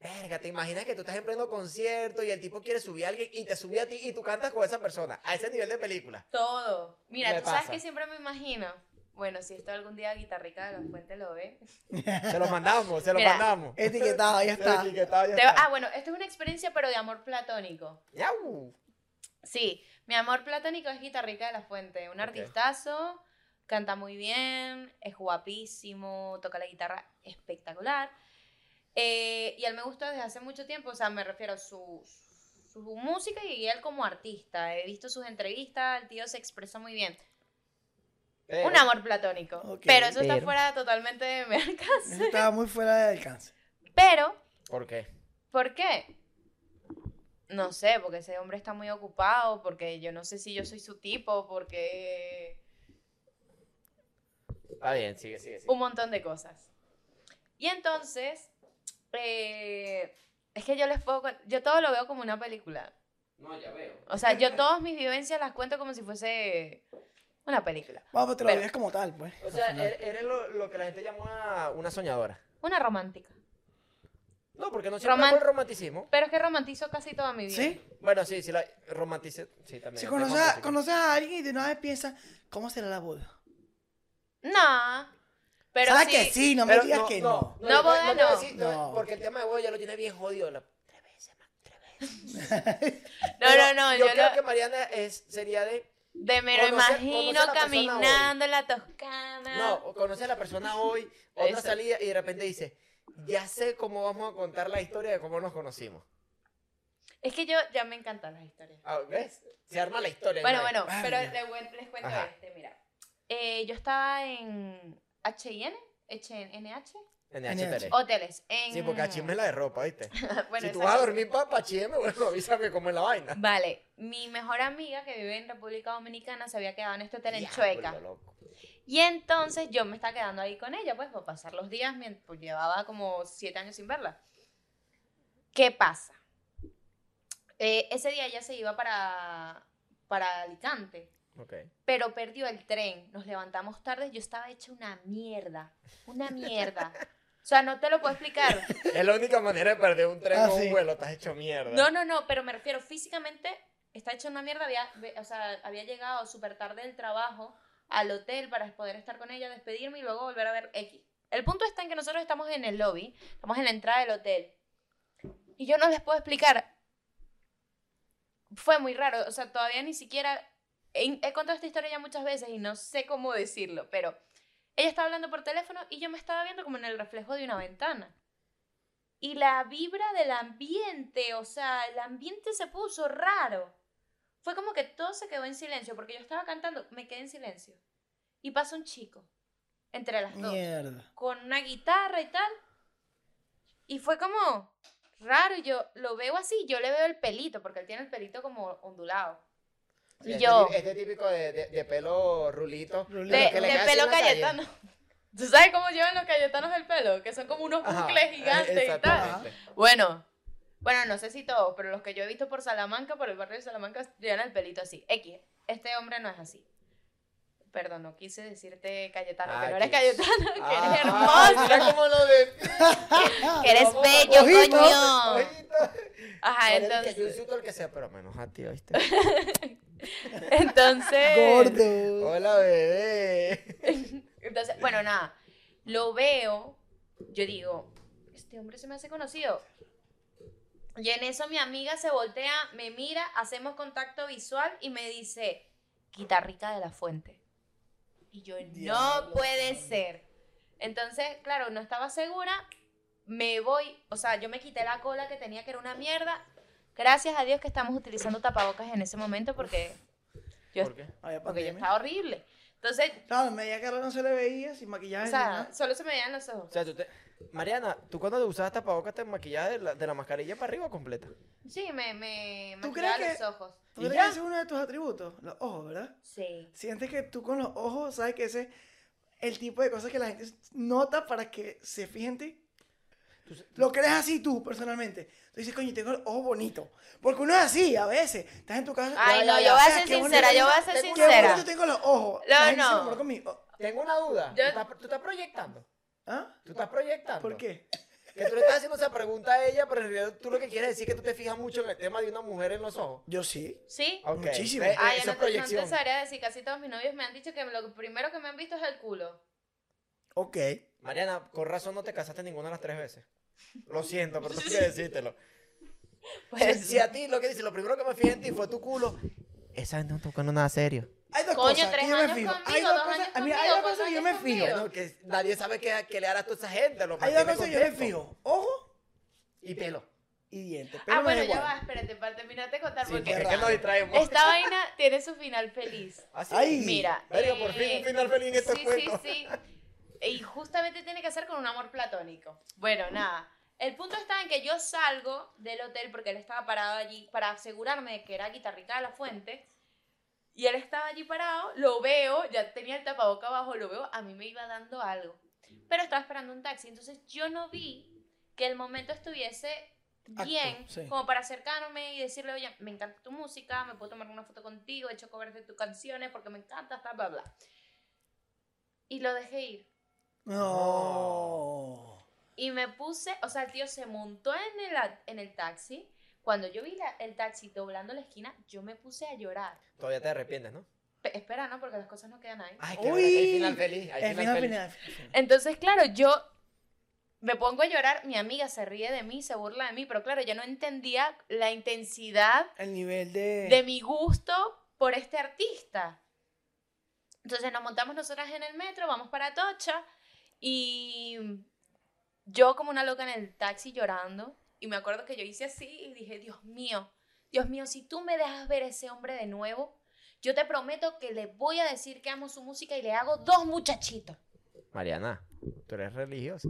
Speaker 5: verga, ¿te imaginas que tú estás en pleno concierto y el tipo quiere subir a alguien y te sube a ti y tú cantas con esa persona, a ese nivel de película?
Speaker 1: Todo. Mira,
Speaker 5: Me
Speaker 1: tú sabes
Speaker 5: pasa.
Speaker 1: que siempre me imagino. Bueno, si esto algún día Guitarrica de la Fuente lo ve.
Speaker 5: Se lo mandamos, se lo
Speaker 1: Mira,
Speaker 5: mandamos.
Speaker 3: Etiquetado, ahí
Speaker 5: Se lo
Speaker 3: está.
Speaker 5: etiquetado, ya
Speaker 1: Te va-
Speaker 5: está.
Speaker 1: ah, bueno, esto es una experiencia, pero de amor platónico.
Speaker 5: Yau.
Speaker 1: Sí, mi amor platónico es Guitarrica de la Fuente, un
Speaker 5: Ok.
Speaker 1: artistazo, canta muy bien, es guapísimo, toca la guitarra espectacular. Eh, y él me gusta desde hace mucho tiempo, o sea, me refiero a su, su música y él como artista. He visto sus entrevistas, el tío se expresa muy bien.
Speaker 5: Pero,
Speaker 1: un amor platónico.
Speaker 3: Ok,
Speaker 1: pero eso está
Speaker 5: pero.
Speaker 1: fuera totalmente de mi alcance.
Speaker 3: Eso estaba muy fuera de alcance.
Speaker 1: Pero,
Speaker 5: ¿Por qué?
Speaker 1: ¿por qué? No sé, porque ese hombre está muy ocupado, porque yo no sé si yo soy su tipo, porque...
Speaker 5: Está bien, sigue, sigue, sigue.
Speaker 1: un montón de cosas. Y entonces, eh, es que yo les puedo, con- yo todo lo veo como una película.
Speaker 5: No, ya veo.
Speaker 1: O sea, yo todas mis vivencias las cuento como si fuese una película.
Speaker 3: Vamos, pero te lo
Speaker 1: Pero-
Speaker 3: vives como tal, pues.
Speaker 5: O sea, er- eres lo, lo que la gente llama una soñadora.
Speaker 1: Una romántica.
Speaker 5: No, porque no siempre
Speaker 1: Roman-
Speaker 5: fue el romanticismo.
Speaker 1: Pero es que romantizo casi toda mi vida.
Speaker 3: ¿Sí?
Speaker 5: Bueno, sí, sí, la romantice. Sí, también.
Speaker 3: Si
Speaker 5: es
Speaker 3: conoces a,
Speaker 5: romántico.
Speaker 3: conoces a alguien y de una vez piensas, ¿cómo será la boda?
Speaker 1: No. Pero
Speaker 3: ¿Sabes
Speaker 1: sí,
Speaker 3: que sí? No me
Speaker 5: Pero
Speaker 3: digas que no.
Speaker 1: No,
Speaker 5: yo-
Speaker 1: boda
Speaker 5: te voy a
Speaker 1: no.
Speaker 5: decir- te voy a-
Speaker 3: No.
Speaker 5: Porque el tema de boda ya lo tiene bien jodido. la-
Speaker 1: No,
Speaker 5: Pero
Speaker 1: no, no.
Speaker 5: Yo,
Speaker 1: Yo,
Speaker 5: creo
Speaker 1: lo-
Speaker 5: que Mariana es, sería de.
Speaker 1: de me lo
Speaker 5: conocer-
Speaker 1: imagino
Speaker 5: conocer a la persona hoy.
Speaker 1: caminando en la Toscana.
Speaker 5: No, conoce a la persona hoy, otra
Speaker 1: Eso.
Speaker 5: salida y de repente dice: Ya sé cómo vamos a contar la historia de cómo nos conocimos.
Speaker 1: Es que yo ya me encantan las historias.
Speaker 5: Ah, ¿Ves? Se arma la historia. de
Speaker 1: Bueno,
Speaker 5: una vez.
Speaker 1: bueno, pero
Speaker 3: Vaya.
Speaker 1: le cuen- les cuento
Speaker 5: Ajá.
Speaker 1: este, mira. Eh, yo estaba en HN, HNH,
Speaker 5: NHTL.
Speaker 1: hoteles. En...
Speaker 5: Sí, porque HM es la de ropa, ¿viste?
Speaker 1: Bueno,
Speaker 5: si tú
Speaker 1: esa
Speaker 5: vas a
Speaker 1: cosa.
Speaker 5: dormir para HM, bueno, avísame cómo es la vaina.
Speaker 1: Vale, mi mejor amiga que vive en República Dominicana se había quedado en este hotel en
Speaker 5: Diablo,
Speaker 1: Chueca.
Speaker 5: loco.
Speaker 1: Y entonces yo me estaba quedando ahí con ella, pues, por pasar los días, mien- pues llevaba como siete años sin verla. ¿Qué pasa? Eh, ese día ella se iba para, para Alicante.
Speaker 5: Ok.
Speaker 1: pero perdió el tren. Nos levantamos tarde, yo estaba hecha una mierda, una mierda. O sea, no te lo puedo explicar.
Speaker 5: Es la única manera de perder un tren
Speaker 3: Ah,
Speaker 5: o un
Speaker 3: sí.
Speaker 5: vuelo, estás hecho mierda.
Speaker 1: No, no, no, pero me refiero físicamente, está hecha una mierda, había, ve- o sea, había llegado súper tarde del trabajo al hotel para poder estar con ella, despedirme y luego volver a ver X. El punto está en que nosotros estamos en el lobby, estamos en la entrada del hotel. Y yo no les puedo explicar. Fue muy raro, o sea, todavía ni siquiera... He, he contado esta historia ya muchas veces y no sé cómo decirlo, pero ella estaba hablando por teléfono y yo me estaba viendo como en el reflejo de una ventana. Y la vibra del ambiente, o sea, el ambiente se puso raro. Fue como que todo se quedó en silencio, porque yo estaba cantando, me quedé en silencio. Y pasa un chico, entre las dos
Speaker 3: Mierda.
Speaker 1: con una guitarra y tal. Y fue como raro, y yo lo veo así, yo le veo el pelito, porque él tiene el pelito como ondulado.
Speaker 5: Sí,
Speaker 1: y
Speaker 5: este
Speaker 1: yo,
Speaker 5: típico- Este típico de, de- de pelo rulito.
Speaker 3: Rulito.
Speaker 1: de,
Speaker 5: que le
Speaker 1: de
Speaker 5: cae así en
Speaker 1: pelo
Speaker 5: la calle.
Speaker 1: cayetano. ¿Tú sabes cómo llevan los cayetanos el pelo? Que son como unos
Speaker 5: Ajá,
Speaker 1: bucles gigantes y tal.
Speaker 5: exactamente.
Speaker 1: Bueno, bueno, no sé si todos, pero los que yo he visto por Salamanca, por el barrio de Salamanca, llevan el pelito así. X, este hombre no es así. Perdón, no quise decirte cayetano,
Speaker 5: Ah,
Speaker 1: que no eres
Speaker 5: que-
Speaker 1: cayetano, que
Speaker 5: Ah,
Speaker 1: eres hermoso.
Speaker 5: Mira cómo lo de...
Speaker 1: Que eres
Speaker 5: Vamos,
Speaker 1: bello,
Speaker 5: ojitos,
Speaker 1: coño.
Speaker 5: ojitos.
Speaker 1: Ajá,
Speaker 5: Mariana, Ah, que Yo
Speaker 1: Ah, entonces.
Speaker 5: insulto al que sea, pero menos
Speaker 3: Ah,
Speaker 5: a ti, ¿oíste?
Speaker 1: Entonces.
Speaker 3: Gordo.
Speaker 5: Hola, bebé.
Speaker 1: Entonces, bueno, nada. Lo veo, yo digo, este hombre se me hace conocido. Y en eso mi amiga se voltea, me mira, hacemos contacto visual y me dice, guitarrica de la fuente. Y yo,
Speaker 3: Diablo,
Speaker 1: no puede
Speaker 3: mano.
Speaker 1: ser. Entonces, claro, no estaba segura, me voy, o sea, yo me quité la cola que tenía que era una mierda. Gracias a Dios que estamos utilizando tapabocas en ese momento porque, yo,
Speaker 5: ¿Por qué?
Speaker 3: Había
Speaker 1: porque yo
Speaker 3: pandemia.
Speaker 1: estaba horrible. Entonces,
Speaker 3: Claro, en media cara no se le veía, sin
Speaker 1: o
Speaker 3: maquillaje. sin
Speaker 1: sea,
Speaker 3: nada.
Speaker 1: solo se me veían los ojos.
Speaker 5: O sea, tú te... Mariana, ¿tú cuando te usabas tapabocas te maquillabas de la, de la mascarilla para arriba o completa?
Speaker 1: Sí, me, me
Speaker 3: ¿Tú
Speaker 1: maquillaba
Speaker 3: crees
Speaker 1: los
Speaker 3: que-
Speaker 1: ojos.
Speaker 3: ¿Tú
Speaker 5: ¿Y
Speaker 3: crees
Speaker 5: ya?
Speaker 3: que ese es uno de tus atributos? Los ojos, ¿verdad?
Speaker 1: Sí.
Speaker 3: Sientes que tú con los ojos, sabes que ese es el tipo de cosas que la gente nota para que se fije en ti.
Speaker 5: Tú se-
Speaker 3: Lo crees así tú, personalmente. Tú dices, coño, tengo el ojo bonito. Porque uno es así, a veces. Estás en tu casa.
Speaker 1: Ay,
Speaker 5: ya,
Speaker 1: no,
Speaker 5: ya,
Speaker 1: yo voy
Speaker 3: o
Speaker 1: a
Speaker 3: sea,
Speaker 1: ser
Speaker 3: qué
Speaker 1: sincera,
Speaker 3: bonito.
Speaker 1: yo voy a ser
Speaker 5: Qué
Speaker 3: Qué
Speaker 1: sincera.
Speaker 3: bonito tengo los ojos.
Speaker 1: No,
Speaker 3: La gente se
Speaker 1: no.
Speaker 3: enamoró con mi- oh,
Speaker 5: Tengo una duda.
Speaker 1: Yo-
Speaker 5: ¿Tú, estás, tú estás proyectando?
Speaker 3: ¿Ah?
Speaker 5: ¿Tú estás proyectando?
Speaker 3: ¿Por qué?
Speaker 5: Que tú le estás haciendo esa pregunta a ella, pero en realidad tú lo que quieres decir es que tú te fijas mucho en el tema de una mujer en los ojos.
Speaker 3: Yo sí.
Speaker 1: ¿Sí?
Speaker 5: Ok,
Speaker 3: Muchísimo.
Speaker 5: ve,
Speaker 1: Ay,
Speaker 5: eso
Speaker 1: yo Ah, no te,
Speaker 5: es
Speaker 1: no
Speaker 5: proyección.
Speaker 1: te sabría decir, casi todos mis novios me han dicho que lo primero que me han visto es el culo.
Speaker 3: Ok.
Speaker 5: Mariana, con razón no te casaste ninguna de las tres veces. Lo siento, pero tengo que decírtelo. Si,
Speaker 1: Pues,
Speaker 5: si a ti lo que dices, lo primero que me fijé en ti fue tu culo. Esa gente no está buscando nada serio.
Speaker 3: Hay dos
Speaker 1: Coño,
Speaker 3: cosas
Speaker 1: tres
Speaker 3: que yo me
Speaker 1: años
Speaker 3: fijo. hay
Speaker 1: conmigo,
Speaker 3: dos
Speaker 1: dos
Speaker 3: cosas,
Speaker 1: años
Speaker 3: ah, mira, hay
Speaker 1: conmigo,
Speaker 3: dos cosas que yo
Speaker 1: cuatro
Speaker 3: me
Speaker 1: años
Speaker 3: fijo.
Speaker 1: conmigo. Ah,
Speaker 5: Bueno, que nadie sabe qué, qué le hará a toda esa gente. Lo
Speaker 3: Hay
Speaker 5: mantiene
Speaker 3: dos cosas que yo me
Speaker 5: contento.
Speaker 3: fijo. Ojo
Speaker 5: Y pelo.
Speaker 3: y diente.
Speaker 1: ah,
Speaker 3: Pero me da
Speaker 1: bueno, ya
Speaker 3: igual.
Speaker 1: va, espérate, para terminarte de contar,
Speaker 5: Sí, porque
Speaker 1: porque
Speaker 5: es que nos distraemos.
Speaker 1: esta vaina tiene su final feliz.
Speaker 5: Así.
Speaker 3: Ay.
Speaker 1: Mira. eh,
Speaker 5: Verga, por fin un final feliz en este estos
Speaker 1: sí,
Speaker 5: cuentos.
Speaker 1: Sí, sí, Y justamente tiene que ser con un amor platónico. Bueno, nada. El punto está en que yo salgo del hotel porque él estaba parado allí para asegurarme de que era guitarrica de la fuente. Y él estaba allí parado, lo veo, ya tenía el tapaboca abajo, lo veo, a mí me iba dando algo. Pero estaba esperando un taxi, entonces yo no vi que el momento estuviese
Speaker 3: Acto,
Speaker 1: bien,
Speaker 3: sí.
Speaker 1: como para acercarme y decirle, oye, me encanta tu música, me puedo tomar una foto contigo, he hecho covers de tus canciones porque me encanta, bla, bla, bla. Y lo dejé ir.
Speaker 3: No.
Speaker 1: Y me puse, o sea, el tío se montó en el, a- en el taxi. Cuando yo vi la- el taxi doblando la esquina, yo me puse a llorar.
Speaker 5: Todavía te arrepientes, ¿no?
Speaker 1: Pe- espera, ¿no? Porque las cosas no quedan ahí.
Speaker 5: Ay,
Speaker 3: Uy.
Speaker 5: hay final feliz. Hay
Speaker 3: Es
Speaker 5: final,
Speaker 3: final,
Speaker 5: feliz.
Speaker 3: final, final.
Speaker 1: Entonces, claro, yo me pongo a llorar, mi amiga se ríe de mí, se burla de mí, pero claro, yo no entendía la intensidad
Speaker 3: El nivel de.
Speaker 1: de mi gusto por este artista. Entonces nos montamos nosotras en el metro, vamos para Tocha y yo como una loca en el taxi llorando y me acuerdo que yo hice así y dije, Dios mío, Dios mío, si tú me dejas ver ese hombre de nuevo, yo te prometo que le voy a decir que amo su música y le hago dos muchachitos.
Speaker 5: Mariana, tú eres religiosa.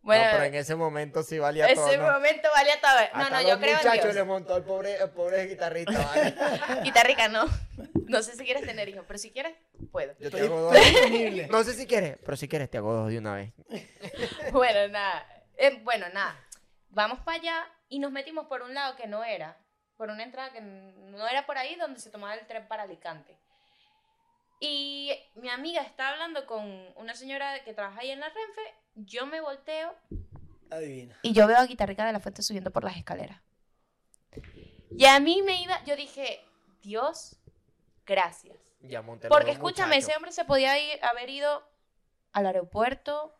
Speaker 1: Bueno,
Speaker 5: no, pero en ese momento sí valía
Speaker 1: ese
Speaker 5: todo. ¿no?
Speaker 1: momento valía todo. No,
Speaker 5: Hasta
Speaker 1: no, yo
Speaker 5: los
Speaker 1: creo en
Speaker 5: muchachos
Speaker 1: Dios.
Speaker 5: le montó el pobre, el pobre guitarrista, ¿vale?
Speaker 1: Guitarrica, no. No sé si quieres tener hijos, pero si quieres, puedo.
Speaker 5: Yo te
Speaker 3: Estoy-
Speaker 5: hago dos.
Speaker 3: estoy disponible.
Speaker 5: No sé si quieres, pero si quieres te hago dos de una vez.
Speaker 1: Bueno, nada. Eh, bueno, nada. Vamos para allá y nos metimos por un lado que no era. Por una entrada que no era por ahí donde se tomaba el tren para Alicante. Y mi amiga está hablando con una señora que trabaja ahí en la Renfe. Yo me volteo
Speaker 3: Adivina.
Speaker 1: y yo veo a Guitarrica de la Fuente subiendo por las escaleras. Y a mí me iba, yo dije, Dios, gracias.
Speaker 5: Ya monté los
Speaker 1: Porque
Speaker 5: dos
Speaker 1: escúchame,
Speaker 5: muchachos.
Speaker 1: ese hombre se podía ir- haber ido al aeropuerto,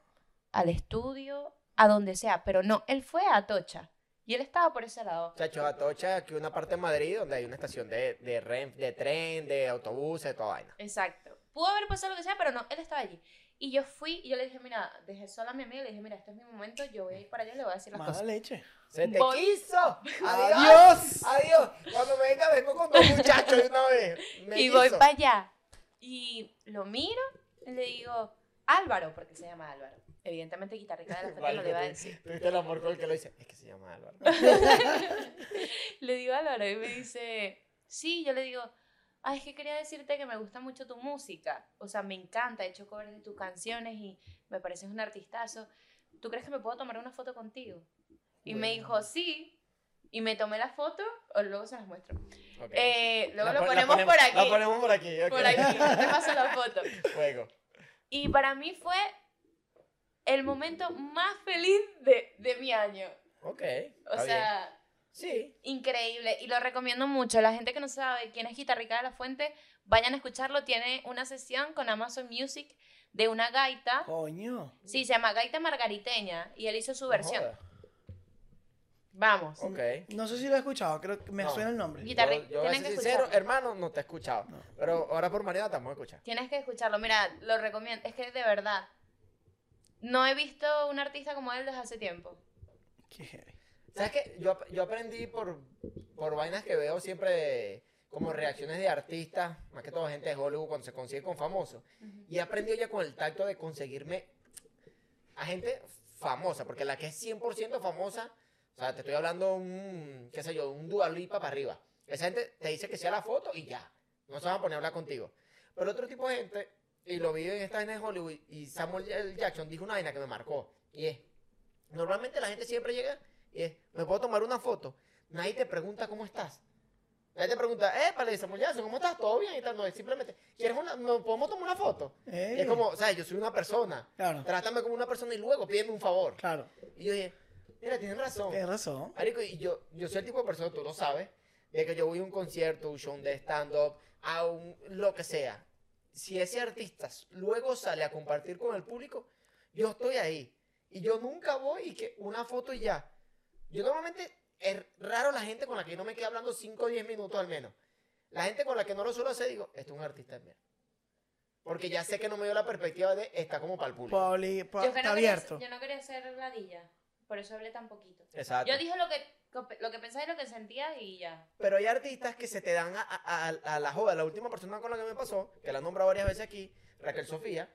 Speaker 1: al estudio, a donde sea, pero no, él fue a Atocha y él estaba por ese lado.
Speaker 5: Muchachos, Atocha, aquí una parte de Madrid donde hay una estación de, de, ren- de tren, de autobuses, de toda vaina.
Speaker 1: Exacto. Pudo haber pasado lo que sea, pero no, él estaba allí. Y yo fui y yo le dije, mira, dejé sola a mi amiga, le dije, mira, este es mi momento, yo voy a ir para allá y le voy a decir las
Speaker 3: Mala
Speaker 1: cosas.
Speaker 3: leche.
Speaker 5: ¡Se te
Speaker 1: Voy.
Speaker 5: quiso! ¡Adiós!
Speaker 3: ¡Adiós!
Speaker 5: ¡Adiós! Cuando me venga, vengo con dos muchachos de una vez. Me
Speaker 1: y voy
Speaker 5: quiso.
Speaker 1: para allá. Y lo miro y le digo, Álvaro, porque se llama Álvaro. Evidentemente, guitarrista de la Fuente no
Speaker 5: Vale,
Speaker 1: le va a
Speaker 5: tú-
Speaker 1: decir.
Speaker 5: Tuviste el amor con el que lo dice. Es que se llama Álvaro.
Speaker 1: Eh, le digo a Laura y me dice, sí, yo le digo, ay, es que quería decirte que me gusta mucho tu música, o sea, me encanta, he hecho covers de tus canciones y me pareces un artistazo, ¿tú crees que me puedo tomar una foto contigo? Y me dijo, sí, y me tomé la foto, o luego se las muestro.
Speaker 5: Ok.
Speaker 1: Eh, luego
Speaker 5: La
Speaker 1: lo
Speaker 5: pon-
Speaker 1: ponemos,
Speaker 5: la
Speaker 1: por aquí,
Speaker 5: La ponemos por aquí. ok.
Speaker 1: por aquí, te paso la foto.
Speaker 5: Fuego.
Speaker 1: Y para mí fue el momento más feliz de, de mi año,
Speaker 5: Ok.
Speaker 1: o sea...
Speaker 5: Sí.
Speaker 1: Increíble, y lo recomiendo mucho. La gente que no sabe quién es Guitarrica de la Fuente, vayan a escucharlo. Tiene una sesión con Amazon Music de una gaita.
Speaker 5: Oh.
Speaker 3: Coño.
Speaker 1: Sí, se llama Gaita Margariteña y él hizo su versión.
Speaker 5: jodas.
Speaker 1: Vamos.
Speaker 5: Ok.
Speaker 3: No sé si lo he escuchado, creo que me
Speaker 5: No.
Speaker 3: suena el nombre.
Speaker 1: Guitarri-
Speaker 5: Yo- yo voy a
Speaker 1: tienen
Speaker 5: ser
Speaker 1: que
Speaker 5: sincero,
Speaker 1: escucharlo.
Speaker 5: hermano, no te he escuchado.
Speaker 3: No.
Speaker 5: Pero ahora por Mariana te vamos a escuchar.
Speaker 1: Tienes que escucharlo. Mira, lo recomiendo. Es que de verdad, no he visto un artista como él desde hace tiempo.
Speaker 3: Qué heavy.
Speaker 5: ¿Sabes qué? Yo, ap- yo aprendí por, por vainas que veo siempre de- como reacciones de artistas, más que todo gente de Hollywood cuando se consigue con famosos. Y he aprendido ya con el tacto de conseguirme a gente famosa, porque la que es 100% famosa, o sea, te estoy hablando un, qué sé yo, un dualipa para arriba. Esa gente te dice que sea la foto y ya. No se van a poner a hablar contigo. Pero otro tipo de gente, y lo vi en esta vaina de Hollywood, y Samuel L. Jackson dijo una vaina que me marcó. Y es, normalmente la gente siempre llega y es, ¿me puedo tomar una foto? Nadie te pregunta cómo estás. Nadie te pregunta, eh, para Samuel Jackson, ¿cómo estás? ¿Todo bien? Y tal, no, es simplemente, ¿quieres una, no, podemos tomar una foto? Y
Speaker 3: Eh,
Speaker 5: es como, ¿sabes? Yo soy una persona.
Speaker 3: Claro,
Speaker 5: Trátame como una persona y luego pídeme un favor.
Speaker 3: claro.
Speaker 5: Y yo dije, mira, tienen razón.
Speaker 3: Tienes razón.
Speaker 5: Marico, y yo, yo soy el tipo de persona, tú lo sabes, de que yo voy a un concierto, un show de stand-up, a un, lo que sea. Si ese artista s- luego sale a compartir con el público, yo estoy ahí. Y yo nunca voy y que una foto y ya. Yo normalmente, es raro la gente con la que yo no me quedo hablando 5 o 10 minutos al menos. La gente con la que no lo suelo hacer, digo, esto es un artista de mierda. Porque ya sé que no me dio la perspectiva de, está como para el público.
Speaker 3: Pauli, pa-
Speaker 1: Yo que
Speaker 3: está
Speaker 1: no quería-
Speaker 3: abierto.
Speaker 1: yo no quería ser ladilla, por eso hablé tan poquito.
Speaker 5: Exacto.
Speaker 1: Yo dije lo que, lo que pensaba y lo que sentía y ya.
Speaker 5: Pero hay artistas que se te dan a, a- a- a la joda. La última persona con la que me pasó, que la nombra varias veces aquí, Raquel Sofía,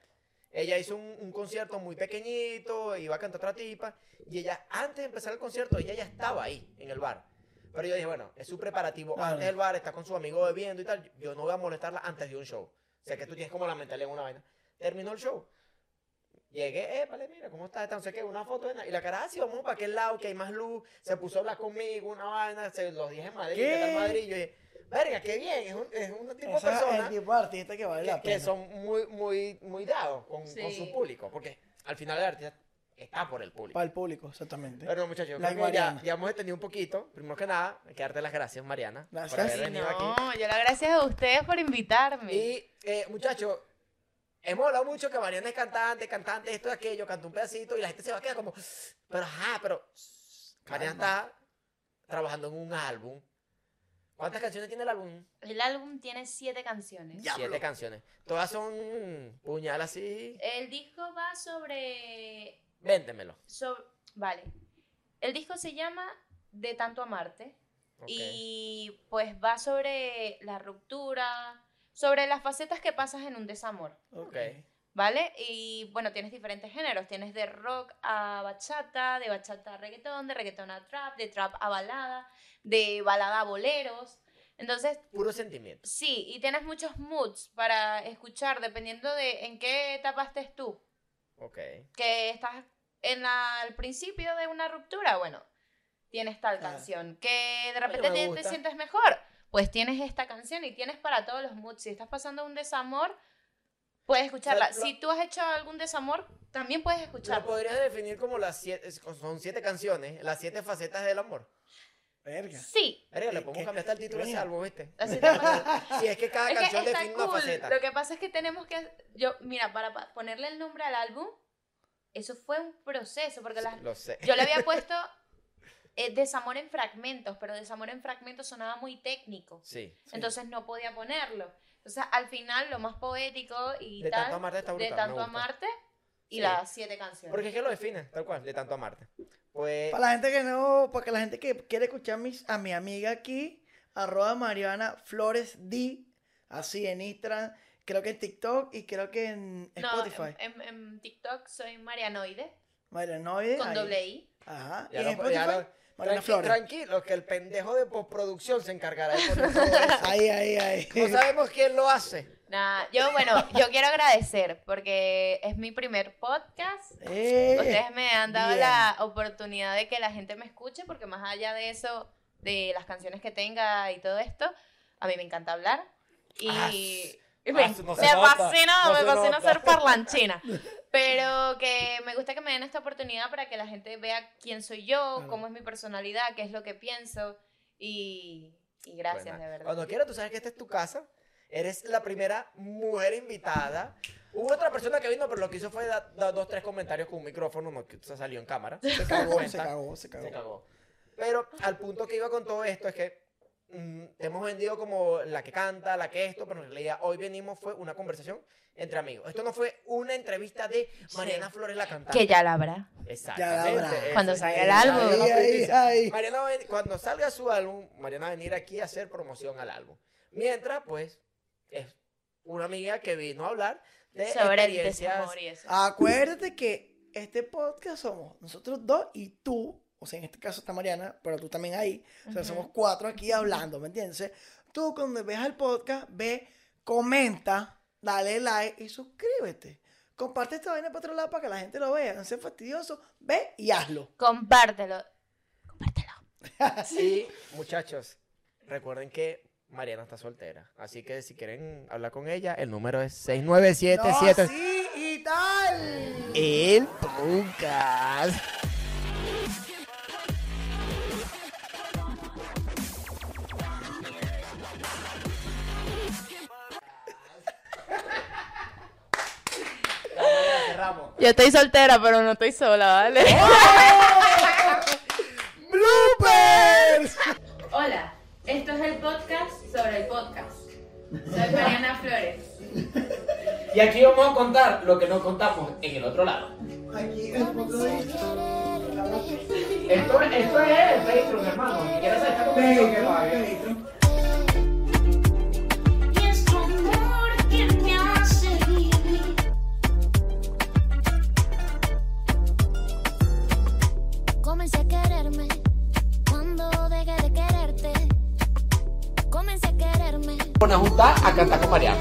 Speaker 5: ella hizo un, un concierto muy pequeñito, iba a cantar otra tipa, y ella, antes de empezar el concierto, ella ya estaba ahí, en el bar.
Speaker 6: Pero yo dije, bueno, es su preparativo.
Speaker 3: Claro.
Speaker 6: Antes del bar, está con su amigo bebiendo y tal. Yo no voy a molestarla antes de un show. O sea, que tú tienes como la mentalidad en una vaina. Terminó el show. Llegué, épale, mira, ¿cómo está esta? No sé qué, una foto. nena. Y la cara, ah, sí, vamos para aquel lado, que hay más luz. Se puso a hablar conmigo, una vaina. Se los dije en Madrid,
Speaker 3: ¿Qué?
Speaker 6: ¿qué tal Madrid? Yo dije, verga, qué bien. Es un, es un tipo de
Speaker 3: Esa
Speaker 6: persona
Speaker 3: es el tipo de artista que vale la
Speaker 6: que, que
Speaker 3: pena.
Speaker 6: son muy, muy, muy dados con, con
Speaker 1: Sí.
Speaker 6: su público, porque al final el artista está por el público.
Speaker 3: Para el público, exactamente.
Speaker 6: Pero no, muchachos, yo
Speaker 3: La
Speaker 6: creo que ya,
Speaker 3: Mariana.
Speaker 6: ya hemos extendido un poquito. Primero que nada, hay que darte las gracias, Mariana, por
Speaker 3: Gracias.
Speaker 6: haber venido
Speaker 5: No,
Speaker 6: aquí.
Speaker 5: yo las gracias a ustedes por invitarme.
Speaker 6: Y, eh, muchachos, hemos hablado mucho que Mariana es cantante, cantante, esto y aquello, canta un pedacito y la gente se va a quedar como, pero ajá, pero Mariana está trabajando en un álbum. ¿Cuántas canciones tiene el álbum?
Speaker 1: El álbum tiene siete canciones.
Speaker 6: Siete canciones. Todas son puñal así.
Speaker 1: El disco va sobre,
Speaker 6: Véndemelo.
Speaker 1: sobre- Vale. El disco se llama De tanto amarte.
Speaker 6: Ok.
Speaker 1: Y pues va sobre la ruptura, sobre las facetas que pasas en un desamor.
Speaker 3: Ok.
Speaker 1: ¿Vale? Y bueno, tienes diferentes géneros. Tienes de rock a bachata, de bachata a reggaetón, de reggaetón a trap, de trap a balada, de balada a boleros. Entonces,
Speaker 6: Puro sentimiento.
Speaker 1: sí, y tienes muchos moods para escuchar dependiendo de en qué etapa estés tú.
Speaker 6: Ok.
Speaker 1: Que estás en la- al principio de una ruptura, bueno, tienes tal
Speaker 3: Claro.
Speaker 1: canción. Que de
Speaker 6: me
Speaker 1: repente te- te,
Speaker 6: gusta.
Speaker 1: sientes mejor, pues tienes esta canción y tienes para todos los moods. Si estás pasando un desamor, puedes escucharla.
Speaker 6: Lo- lo-
Speaker 1: si tú has hecho algún desamor, también puedes
Speaker 6: La
Speaker 1: escucharla.
Speaker 6: podrías definir como las siete, son siete canciones, las siete facetas del amor.
Speaker 3: Verga.
Speaker 1: Sí,
Speaker 6: Verga, le
Speaker 3: ¿Qué-
Speaker 6: podemos
Speaker 3: qué-
Speaker 6: cambiar hasta el título de ese
Speaker 3: Verga.
Speaker 6: álbum, ¿viste?
Speaker 1: así te pasa.
Speaker 6: Si es que cada
Speaker 1: Es que
Speaker 6: canción
Speaker 1: está
Speaker 6: define una
Speaker 1: cool.
Speaker 6: faceta.
Speaker 1: Lo que pasa es que tenemos que. Yo, mira, para pa- ponerle el nombre al álbum, eso fue un proceso. Porque las,
Speaker 6: Lo sé.
Speaker 1: yo le había puesto eh, Desamor en fragmentos, pero Desamor en fragmentos sonaba muy técnico.
Speaker 6: Sí.
Speaker 1: Entonces no podía ponerlo. Entonces al final, lo más poético y
Speaker 6: De
Speaker 1: tal.
Speaker 6: tanto amarte está brutal.
Speaker 1: de
Speaker 6: me
Speaker 1: tanto
Speaker 6: gusta.
Speaker 1: amarte y
Speaker 6: Sí.
Speaker 1: las siete canciones.
Speaker 6: Porque es que lo define, tal cual, de tanto amarte. Pues,
Speaker 3: Para la gente que no, para que la gente que quiere escuchar a mis, a mi amiga aquí, arroba Mariana Flores D, así en Instagram, creo que en TikTok y creo que en
Speaker 1: no, em,
Speaker 3: Spotify.
Speaker 1: en, en TikTok soy Marianoide
Speaker 3: Marianoide.
Speaker 1: con
Speaker 3: ahí.
Speaker 1: doble I.
Speaker 3: Ajá.
Speaker 6: ya
Speaker 3: y en
Speaker 6: lo- ya
Speaker 3: Spotify,
Speaker 6: lo-
Speaker 3: Mariana
Speaker 6: tranqui-
Speaker 3: Flores.
Speaker 6: tranquilo, que el pendejo de postproducción se encargará de poner todo eso.
Speaker 3: Ahí, ahí, ahí.
Speaker 6: No sabemos quién lo hace.
Speaker 1: Nah, yo, bueno, yo quiero agradecer porque es mi primer podcast.
Speaker 3: Eh,
Speaker 1: Ustedes me han dado
Speaker 3: bien.
Speaker 1: la oportunidad de que la gente me escuche, porque más allá de eso, de las canciones que tenga y todo esto, a mí me encanta hablar. Y
Speaker 6: Ah,
Speaker 1: y me,
Speaker 6: ah, no se
Speaker 1: me
Speaker 6: nota,
Speaker 1: fascina,
Speaker 6: no
Speaker 1: me
Speaker 6: se
Speaker 1: fascina
Speaker 6: nota.
Speaker 1: ser parlanchina. Pero que me gusta que me den esta oportunidad para que la gente vea quién soy yo,
Speaker 3: Claro.
Speaker 1: cómo es mi personalidad, qué es lo que pienso. Y, y gracias,
Speaker 6: Bueno,
Speaker 1: de verdad.
Speaker 6: Cuando quieras, tú sabes que esta es tu casa. Eres la primera mujer invitada. Hubo otra persona que vino, pero lo que hizo fue dar dar dos, tres comentarios con un micrófono, no que se salió en cámara. Se cagó, en
Speaker 3: se
Speaker 6: ta-
Speaker 3: cagó, se
Speaker 6: se
Speaker 3: cagó.
Speaker 6: cagó. Pero al punto que iba con todo esto es que mm, te hemos vendido como la que canta, la que esto, pero en realidad hoy venimos fue una conversación entre amigos. Esto no fue una entrevista de Mariana Flores la cantante.
Speaker 1: Que ya la habrá.
Speaker 6: Exactamente.
Speaker 3: habrá.
Speaker 6: eso.
Speaker 1: Cuando salga el
Speaker 6: Ahí,
Speaker 1: álbum.
Speaker 6: ahí, ahí,
Speaker 3: Ahí, ahí, ahí.
Speaker 6: Mariana va a ven- cuando salga su álbum, Mariana va a venir aquí a hacer promoción al álbum. Mientras, pues, es una amiga que vino a hablar de
Speaker 1: Sobre el
Speaker 6: experiencias. Ah,
Speaker 1: desamor y eso.
Speaker 3: Acuérdate que este podcast somos nosotros dos y tú, o sea, en este caso está Mariana, pero tú también ahí. O sea,
Speaker 1: Ujú.
Speaker 3: somos cuatro aquí hablando, ¿me entiendes? Tú cuando veas el podcast, ve, comenta, dale like y suscríbete. Comparte esta vaina para otro lado para que la gente lo vea. No seas fastidioso, ve y hazlo.
Speaker 1: Compártelo. Compártelo.
Speaker 6: Y, muchachos, recuerden que Mariana está soltera. Así que si quieren hablar con ella, el número es 69777.
Speaker 3: No, sí y tal.
Speaker 6: El podcast. Cerramos.
Speaker 5: Yo estoy soltera, pero no estoy sola, ¿vale?
Speaker 3: ¡Bloopers!
Speaker 1: Hola, esto es el podcast sobre el podcast. Soy Mariana Flores.
Speaker 6: Y aquí vamos a contar lo que nos contamos en el otro lado.
Speaker 3: Aquí el punto de
Speaker 6: Esto, esto es el Patreon, hermano. ¿Quieres estar conmigo? Que pague.
Speaker 4: Y es tu amor que me hace vivir. Comencé a quererme cuando dejé de quererte.
Speaker 6: Con juntar a cantar con Mariano.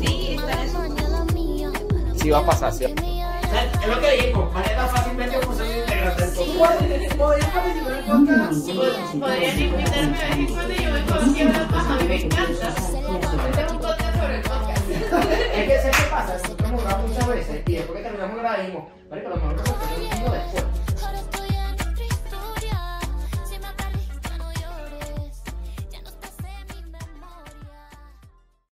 Speaker 4: Sí, está en
Speaker 6: Sí va a pasar, ¿cierto? Es lo que dijimos, Mariana fácilmente es un integrante del podcast.
Speaker 1: Podrían invitarme a veces cuando yo vengo aquí a hablar paja, a mí me encanta. Yo tengo un podcast sobre el podcast.
Speaker 6: Es que sé qué pasa, nosotros hemos grabado muchas veces y después que terminamos grabamos, marico, lo mejor que hemos hecho es un chingo después.